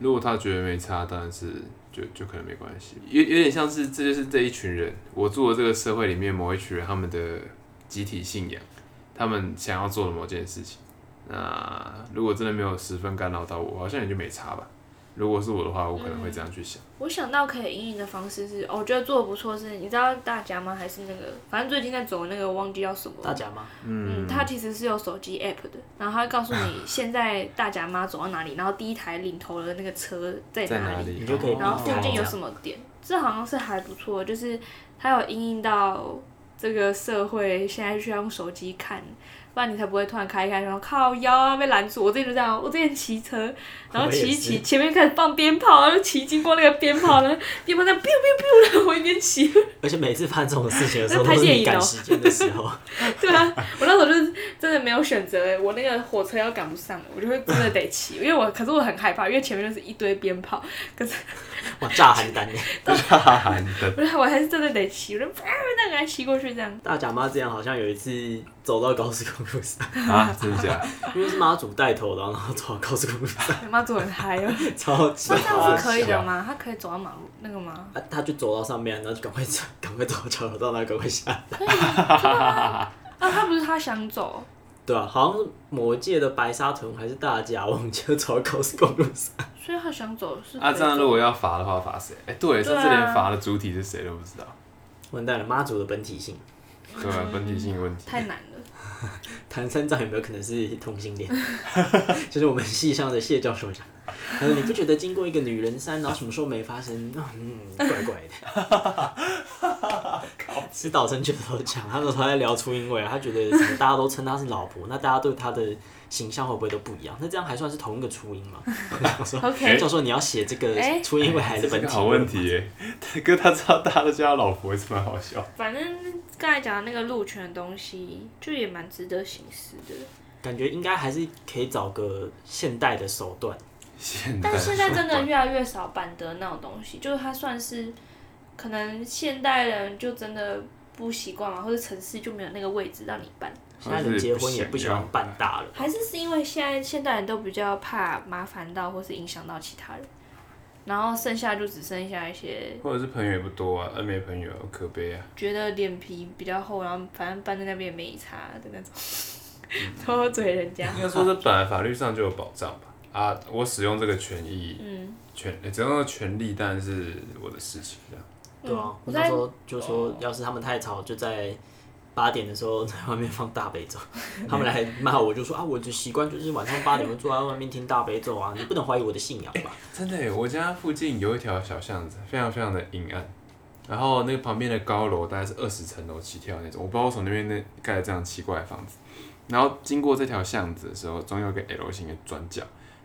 S2: 如果他觉得没差，当然是就就可能没关系，有有点像是这就是这一群人，我住的这个社会里面某一群人他们的集体信仰，他们想要做的某件事情。那如果真的没有十分干扰到我，好像也就没差吧。如果是我的话，我可能会这样去想。
S1: 我想到可以阴影的方式是，哦我觉得做的不错是，你知道大甲吗？还是那个，反正最近在走的那个忘记叫什么了
S3: 大家吗？
S1: 嗯，它其实是有手机 app 的，然后它会告诉你现在大甲妈走到哪里，然后第一台领头的那个车在
S2: 在
S1: 哪
S2: 哪
S1: 里，
S2: 里？
S3: 你就可以
S1: 然后嗯附近有
S2: 么？
S1: 什么点，这好像是还不错，就是它有因应到这个社会现在需要用手机看，不然你才不会突然开一开，然后靠腰啊被拦住。我之前就这样，我之前骑车，然后骑一骑，前面开始放鞭炮，然后骑经过那个鞭炮，然后鞭炮在 biu biu biu，然后我一边骑， [LAUGHS]
S3: 而且每次发生这种事情的时候，
S1: 那拍
S3: 都是
S1: 电
S3: 你
S1: 影哦
S3: 赶时间的时候， [LAUGHS]
S1: 对啊，我那时候就是真的没有选择欸，我那个火车要赶不上了，我就会真的得骑，因为我可是我很害怕，因为前面就是一堆鞭炮，
S3: 哇，炸邯郸耶！欸
S2: 大喊的，
S1: 我就我还是真的得骑，我就啪那个人骑过去这
S3: [LAUGHS]
S1: 样。
S3: 大甲妈之前好像有一次走到高速公路上，
S2: 啊，真的假的？
S3: 因为是妈祖带头的，然后走到高速公路上，
S1: 你妈祖很嗨哦，
S3: 超级
S1: 那这样是可以
S2: 是
S1: 的
S2: 啊
S1: 吗？他可以走到马路那个吗？
S3: 啊，他就走到上面，然后就赶快走， [LAUGHS] 赶快走交流道，然后赶快下来。
S1: 啊，他不是他想走，
S3: 对啊，好像是某一届的白沙屯还是大甲，我们就走到高速公路上。
S1: 所以他想走是
S2: [LAUGHS] 啊，
S1: 可以
S2: 这样
S1: 走
S2: 如果要罚的话，罚谁？哎，对，
S1: 对啊
S2: 上次连罚的主体是谁都不知道，
S3: 完蛋了，妈祖的本体性，
S1: 嗯
S2: 对啊，本体性问题。
S1: 太难了。
S3: 谭三藏有没有可能是同性恋？ [LAUGHS] 就是我们系上的谢教授讲，他说你不觉得经过一个女人山，然后什么时候没发生？啊嗯，怪怪的。指导生觉得都讲，他们都在聊初音未来，他觉得什么大家都称她是老婆，那大家对她的形象会不会都不一样？那这样还算是同一个初音吗？我想说
S1: OK
S3: 教授你要写这个
S1: 哎
S3: 初音未来的
S2: 这
S3: 本
S2: 是个
S3: 体，
S2: 好问题 [LAUGHS] 耶，哥他知道大家都叫他老婆，也是蛮好笑。
S1: 反正刚才讲的那个路权的东西，就也蛮值得醒思的。
S3: 感觉应该还是可以找个现代的手段。
S2: 现代
S1: 但现在真的
S2: 哎 [LAUGHS] 说
S1: 越来越少板德那种东西，就是它算是可能现代人就真的不习惯嘛，或者城市就没有那个位置让你办，
S3: 现在人结婚也不喜欢办大了，
S1: 还是是因为现在现代人都比较怕麻烦到或是影响到其他人，然后剩下就只剩下一些
S2: 或者是朋友也不多啊，呃，没朋友，可悲啊。
S1: 觉得脸皮比较厚，然后反正搬在那边也没差的那种，
S3: 嗯
S1: 偷嘴人家。
S2: 应该说，这本来法律上就有保障吧？啊，我使用这个权益，
S1: 嗯，
S2: 权呃使用这个权利，当然是我的事情这样。
S3: 对
S1: 嗯，
S3: 啊我
S1: 我
S3: 那
S1: 在
S3: 时候就说，要是他们太吵，就在八点的时候在外面放大悲咒，他们来骂我就说啊，我的习惯就是晚上八点会坐在外面听大悲咒啊，你不能怀疑我的信仰吧？
S2: 真的耶，我家附近有一条小巷子，非常非常的阴暗。然后那个旁边的高楼大概是二十层楼起跳那种，我不知道为什么那边那盖了这样奇怪的房子。然后经过这条巷子的时候，总有一个 L 型的转角，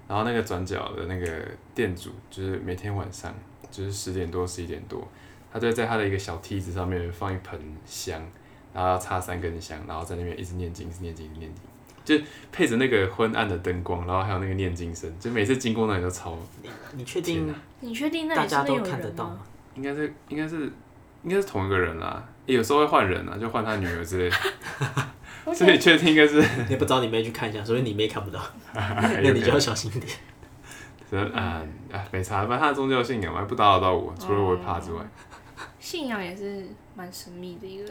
S2: 然后那个转角的那个店主就是每天晚上就是十点多十一点多，他就会在他的一个小梯子上面放一盆香，然后要插三根香，然后在那边一直念经，一直念经，一直念经，就配着那个昏暗的灯光，然后还有那个念经声，就每次经过那里都超
S3: 你你确定
S1: 你确定那
S3: 大
S1: 里
S3: 家
S1: 真的
S3: 都
S1: 有
S3: 看得
S1: 人
S3: 到
S1: 吗？
S3: 吗？
S2: 应该是应该是应该是同一个人啦，有时候会换人啊，就换他女儿之
S1: [LAUGHS]
S2: 类的，
S1: 我
S2: 所以确定应
S1: [LAUGHS]
S2: 该是，
S3: 你不知道你妹去看一下，所以你妹看不到，那
S2: 那 [LAUGHS]
S3: 你就要小心一点。
S2: 啊啊没差，反正他的宗教信仰嘛，不打扰到我，
S1: 哦
S2: 除了我会怕之外，
S1: 信仰也是蛮神秘的一个，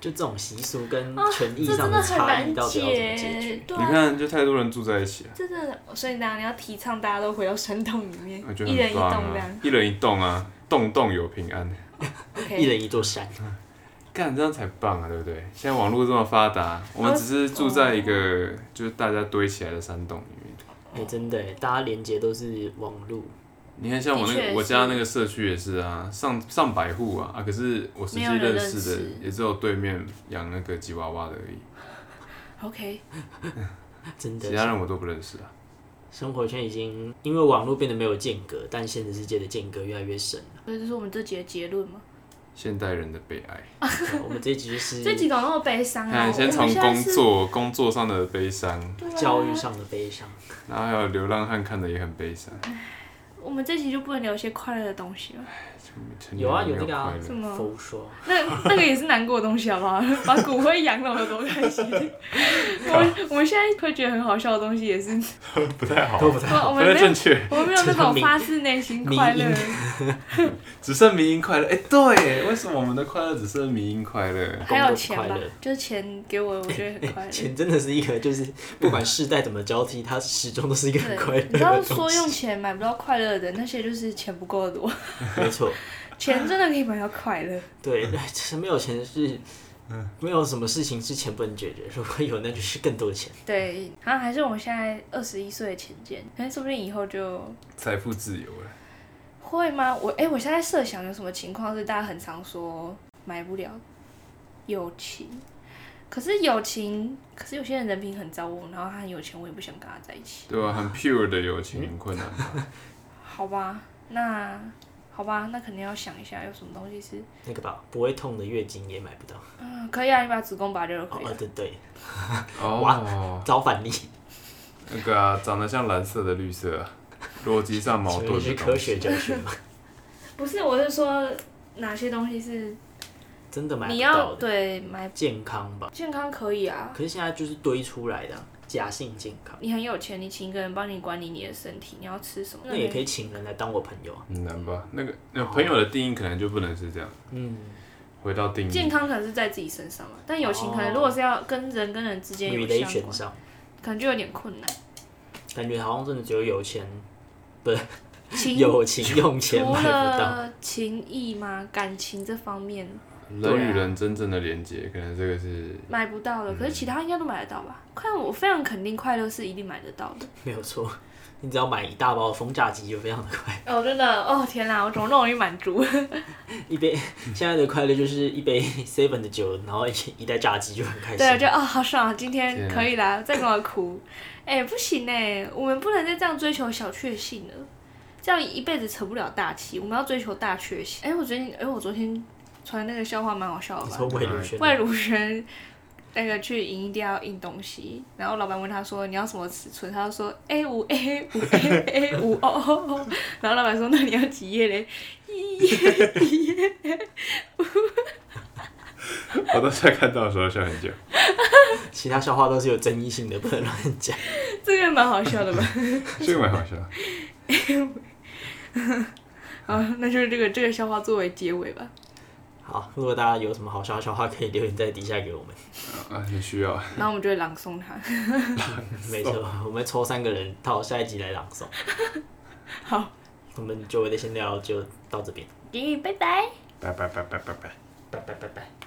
S3: 就这种习俗跟
S1: 啊
S3: 权益
S1: 这
S3: 上
S1: 真的很
S3: 差异
S1: 难
S3: 到底要怎么解决
S1: 解？，对
S2: 你
S1: 啊，
S2: 看就太多人住在一起了，
S1: 这真的，所以呢，你要提倡大家都回到山洞里面
S2: 我觉，得
S1: 一人
S2: 很
S1: 一
S2: 棒
S1: 栋这
S2: 啊
S1: 样，
S2: 一人一栋啊，栋栋有平安，
S3: 一
S1: ，OK，
S3: 人一座山，
S2: 干这样才棒啊，对不对？现在网络这么发达，我
S1: 哦
S2: 们只是住在一个就是大家堆起来的山洞里面。
S3: 哎、真的耶，大家连接都是网络。
S2: 你看，像我那
S1: 的确
S2: 个
S1: 是
S2: 我家那个社区也是啊，上上百户啊啊，可是我实际
S1: 没有人
S2: 认
S1: 认
S2: 识的
S1: 识
S2: 也只有对面养那个吉娃娃的而已，
S1: OK，
S3: 真的
S2: 其，他人我都不认识啊。
S3: 生活圈已经因为网络变得没有间隔，但现实世界的间隔越来越深了。
S1: 所以这是我们这集的结论嘛？
S2: 现代人的悲哀，
S1: [LAUGHS]
S3: 我们这一集就
S1: 这
S3: 是
S1: 集搞那么悲伤啊！
S2: 看
S1: 我
S2: 哎先
S1: 们
S2: 从
S1: 现在
S2: 工
S1: 是
S2: 作工作上的悲伤，
S1: 对啊
S3: 教育上的悲伤。
S2: 然后还有流浪汉看的也很悲伤，
S1: 我们这集就不能聊一些快乐的东西了，
S2: 成年
S3: 有啊，
S2: 人
S3: 有
S2: 没
S3: 那个啊
S2: 快乐
S1: 什么
S3: 佛说，
S1: 那那个也是难过的东西，好
S3: [LAUGHS]
S1: 不好？把骨灰扬了，有多开心！我们我们现在会觉得很好笑的东西，也是
S2: [LAUGHS] 不太好，啊
S3: 都不太
S1: 我
S2: 不
S1: 们没
S2: 太
S1: 有
S2: 正确，
S1: 我们没有那
S3: 这个
S1: 种
S3: 民
S1: 发自内心快乐
S3: 民
S1: 的。
S2: 只剩民音快乐。哎，对，为什么我们的快乐只剩民音快乐？
S1: 还有钱
S3: 工
S1: 吧
S3: 作快乐，
S1: 就是钱给我，我觉得很快乐。
S3: [LAUGHS] 钱真的是一
S2: [LAUGHS]
S3: 个，就是不管世代怎么交替，它始终都是一个很快
S1: 对，
S3: 乐
S2: [LAUGHS]
S1: 你知道
S3: 的
S1: 说
S3: 东
S1: 用
S3: 西。
S1: 钱买不到快乐的，那些就是钱不够
S3: [LAUGHS]
S1: 多，
S3: 没错，
S1: 钱真的可以买到快乐。
S3: 对，其实没有钱是，没有什么事情是钱不能解决。如果有，那就是更多的钱。
S1: 对，然后还是我们现在二十一岁的钱见，哎，说不定以后就
S2: 财富自由了，
S1: 会吗？我哎，我现在设想有什么情况是大家很常说买不了友情，可是友情，可是有些人人品很糟，我然后他很有钱，我也不想跟他在一起。
S2: 对吧、很 pure 的友情很 [LAUGHS] 困难吧？
S1: 好吧，那好吧，那肯定要想一下有什么东西是，
S3: 那个吧，不会痛的月经也买不到。
S1: 嗯，可以啊，你把子宫拔掉就
S3: 哦
S1: 可以，了。
S3: 呃对对，
S2: 哦，
S3: 找反例，
S2: 那个啊、长得像蓝色的绿色啊，逻辑上矛
S3: 请问
S2: 盾
S3: 是
S2: 的
S3: 科
S2: 东
S3: 学
S2: 西。
S3: 教学吗？
S1: 不是，我是说哪些东西是
S3: 真的买
S1: 你
S3: 不
S1: 要
S3: 到的，
S1: 对买
S3: 健康吧？
S1: 健康可以啊。
S3: 可是现在就是堆出来的啊假性健康，
S1: 你很有钱，你请一个人帮你管理你的身体，你要吃什么？
S3: 那也可以请人来当我朋友啊。
S2: 很难吧？那
S1: 哦
S2: 个那朋友的定义可能就不能是这样。
S3: 嗯，
S2: 回到定
S1: 健
S2: 义，
S1: 康可能是在自己身上嘛，但友情可
S3: 哦
S1: 能如果是要跟人跟人之间有
S3: 女的一
S1: 相
S3: 拳
S1: 关，
S3: 上，
S1: 可能就有点困难。
S3: 感觉好像真的只有有钱，
S1: 情
S3: [LAUGHS] 有情用钱
S1: 除
S3: 买不到。
S1: 了情谊嘛，感情这方面
S2: 人与人真正的连接，可能这
S1: [LAUGHS]
S2: 个是
S1: 买不到
S3: 嗯
S1: 了，可是其他应该都买得到吧？看我非常肯定，快乐是一定买得到的。
S3: 没有错，你只要买一大包的风炸鸡就非常的快。
S1: 哦，真的哦，天哪，我怎么那么容易满足？
S3: 一杯现在的快乐就是一杯 seven 的酒，然后一一袋炸鸡就很开心。
S1: 对，就哦，好爽啊，今
S2: 天
S1: 天
S2: 啊
S1: 可以啦，再跟我哭。哎、不行哎，我们不能再这样追求小确幸了，这样一辈子成不了大器。我们要追求大确幸。哎、我昨天，哎、我昨天传那个笑话蛮好笑
S3: 你
S1: 的
S3: 说
S1: 吧？
S3: 魏如萱，啊
S1: 魏如萱那个去营一定要印东西，然后老板问他说你要什么尺寸，他就说 A 五 A 五 A A 五哦哦哦，然后老板说那你要几页嘞？
S2: 我到现在看到的时候笑很
S1: [LAUGHS]
S2: 久。
S3: 其他笑话都是有争议性的，不能乱讲。
S1: 这个蛮好笑的吧？
S2: 这个蛮好笑。
S1: 啊，那就是这个这个笑话作为结尾吧。
S3: 好，如果大家有什么好笑的笑话，可以留言在底下给
S1: [LAUGHS]
S3: 我们。
S2: 啊，很需要。
S1: 然后我们就会朗诵它。
S3: 没错，我们抽三个人到下一集来朗诵。
S1: 好，
S3: 我们久违的闲聊就到这边，
S1: 给你拜拜。
S2: 拜拜拜拜拜拜。
S3: 拜拜拜拜。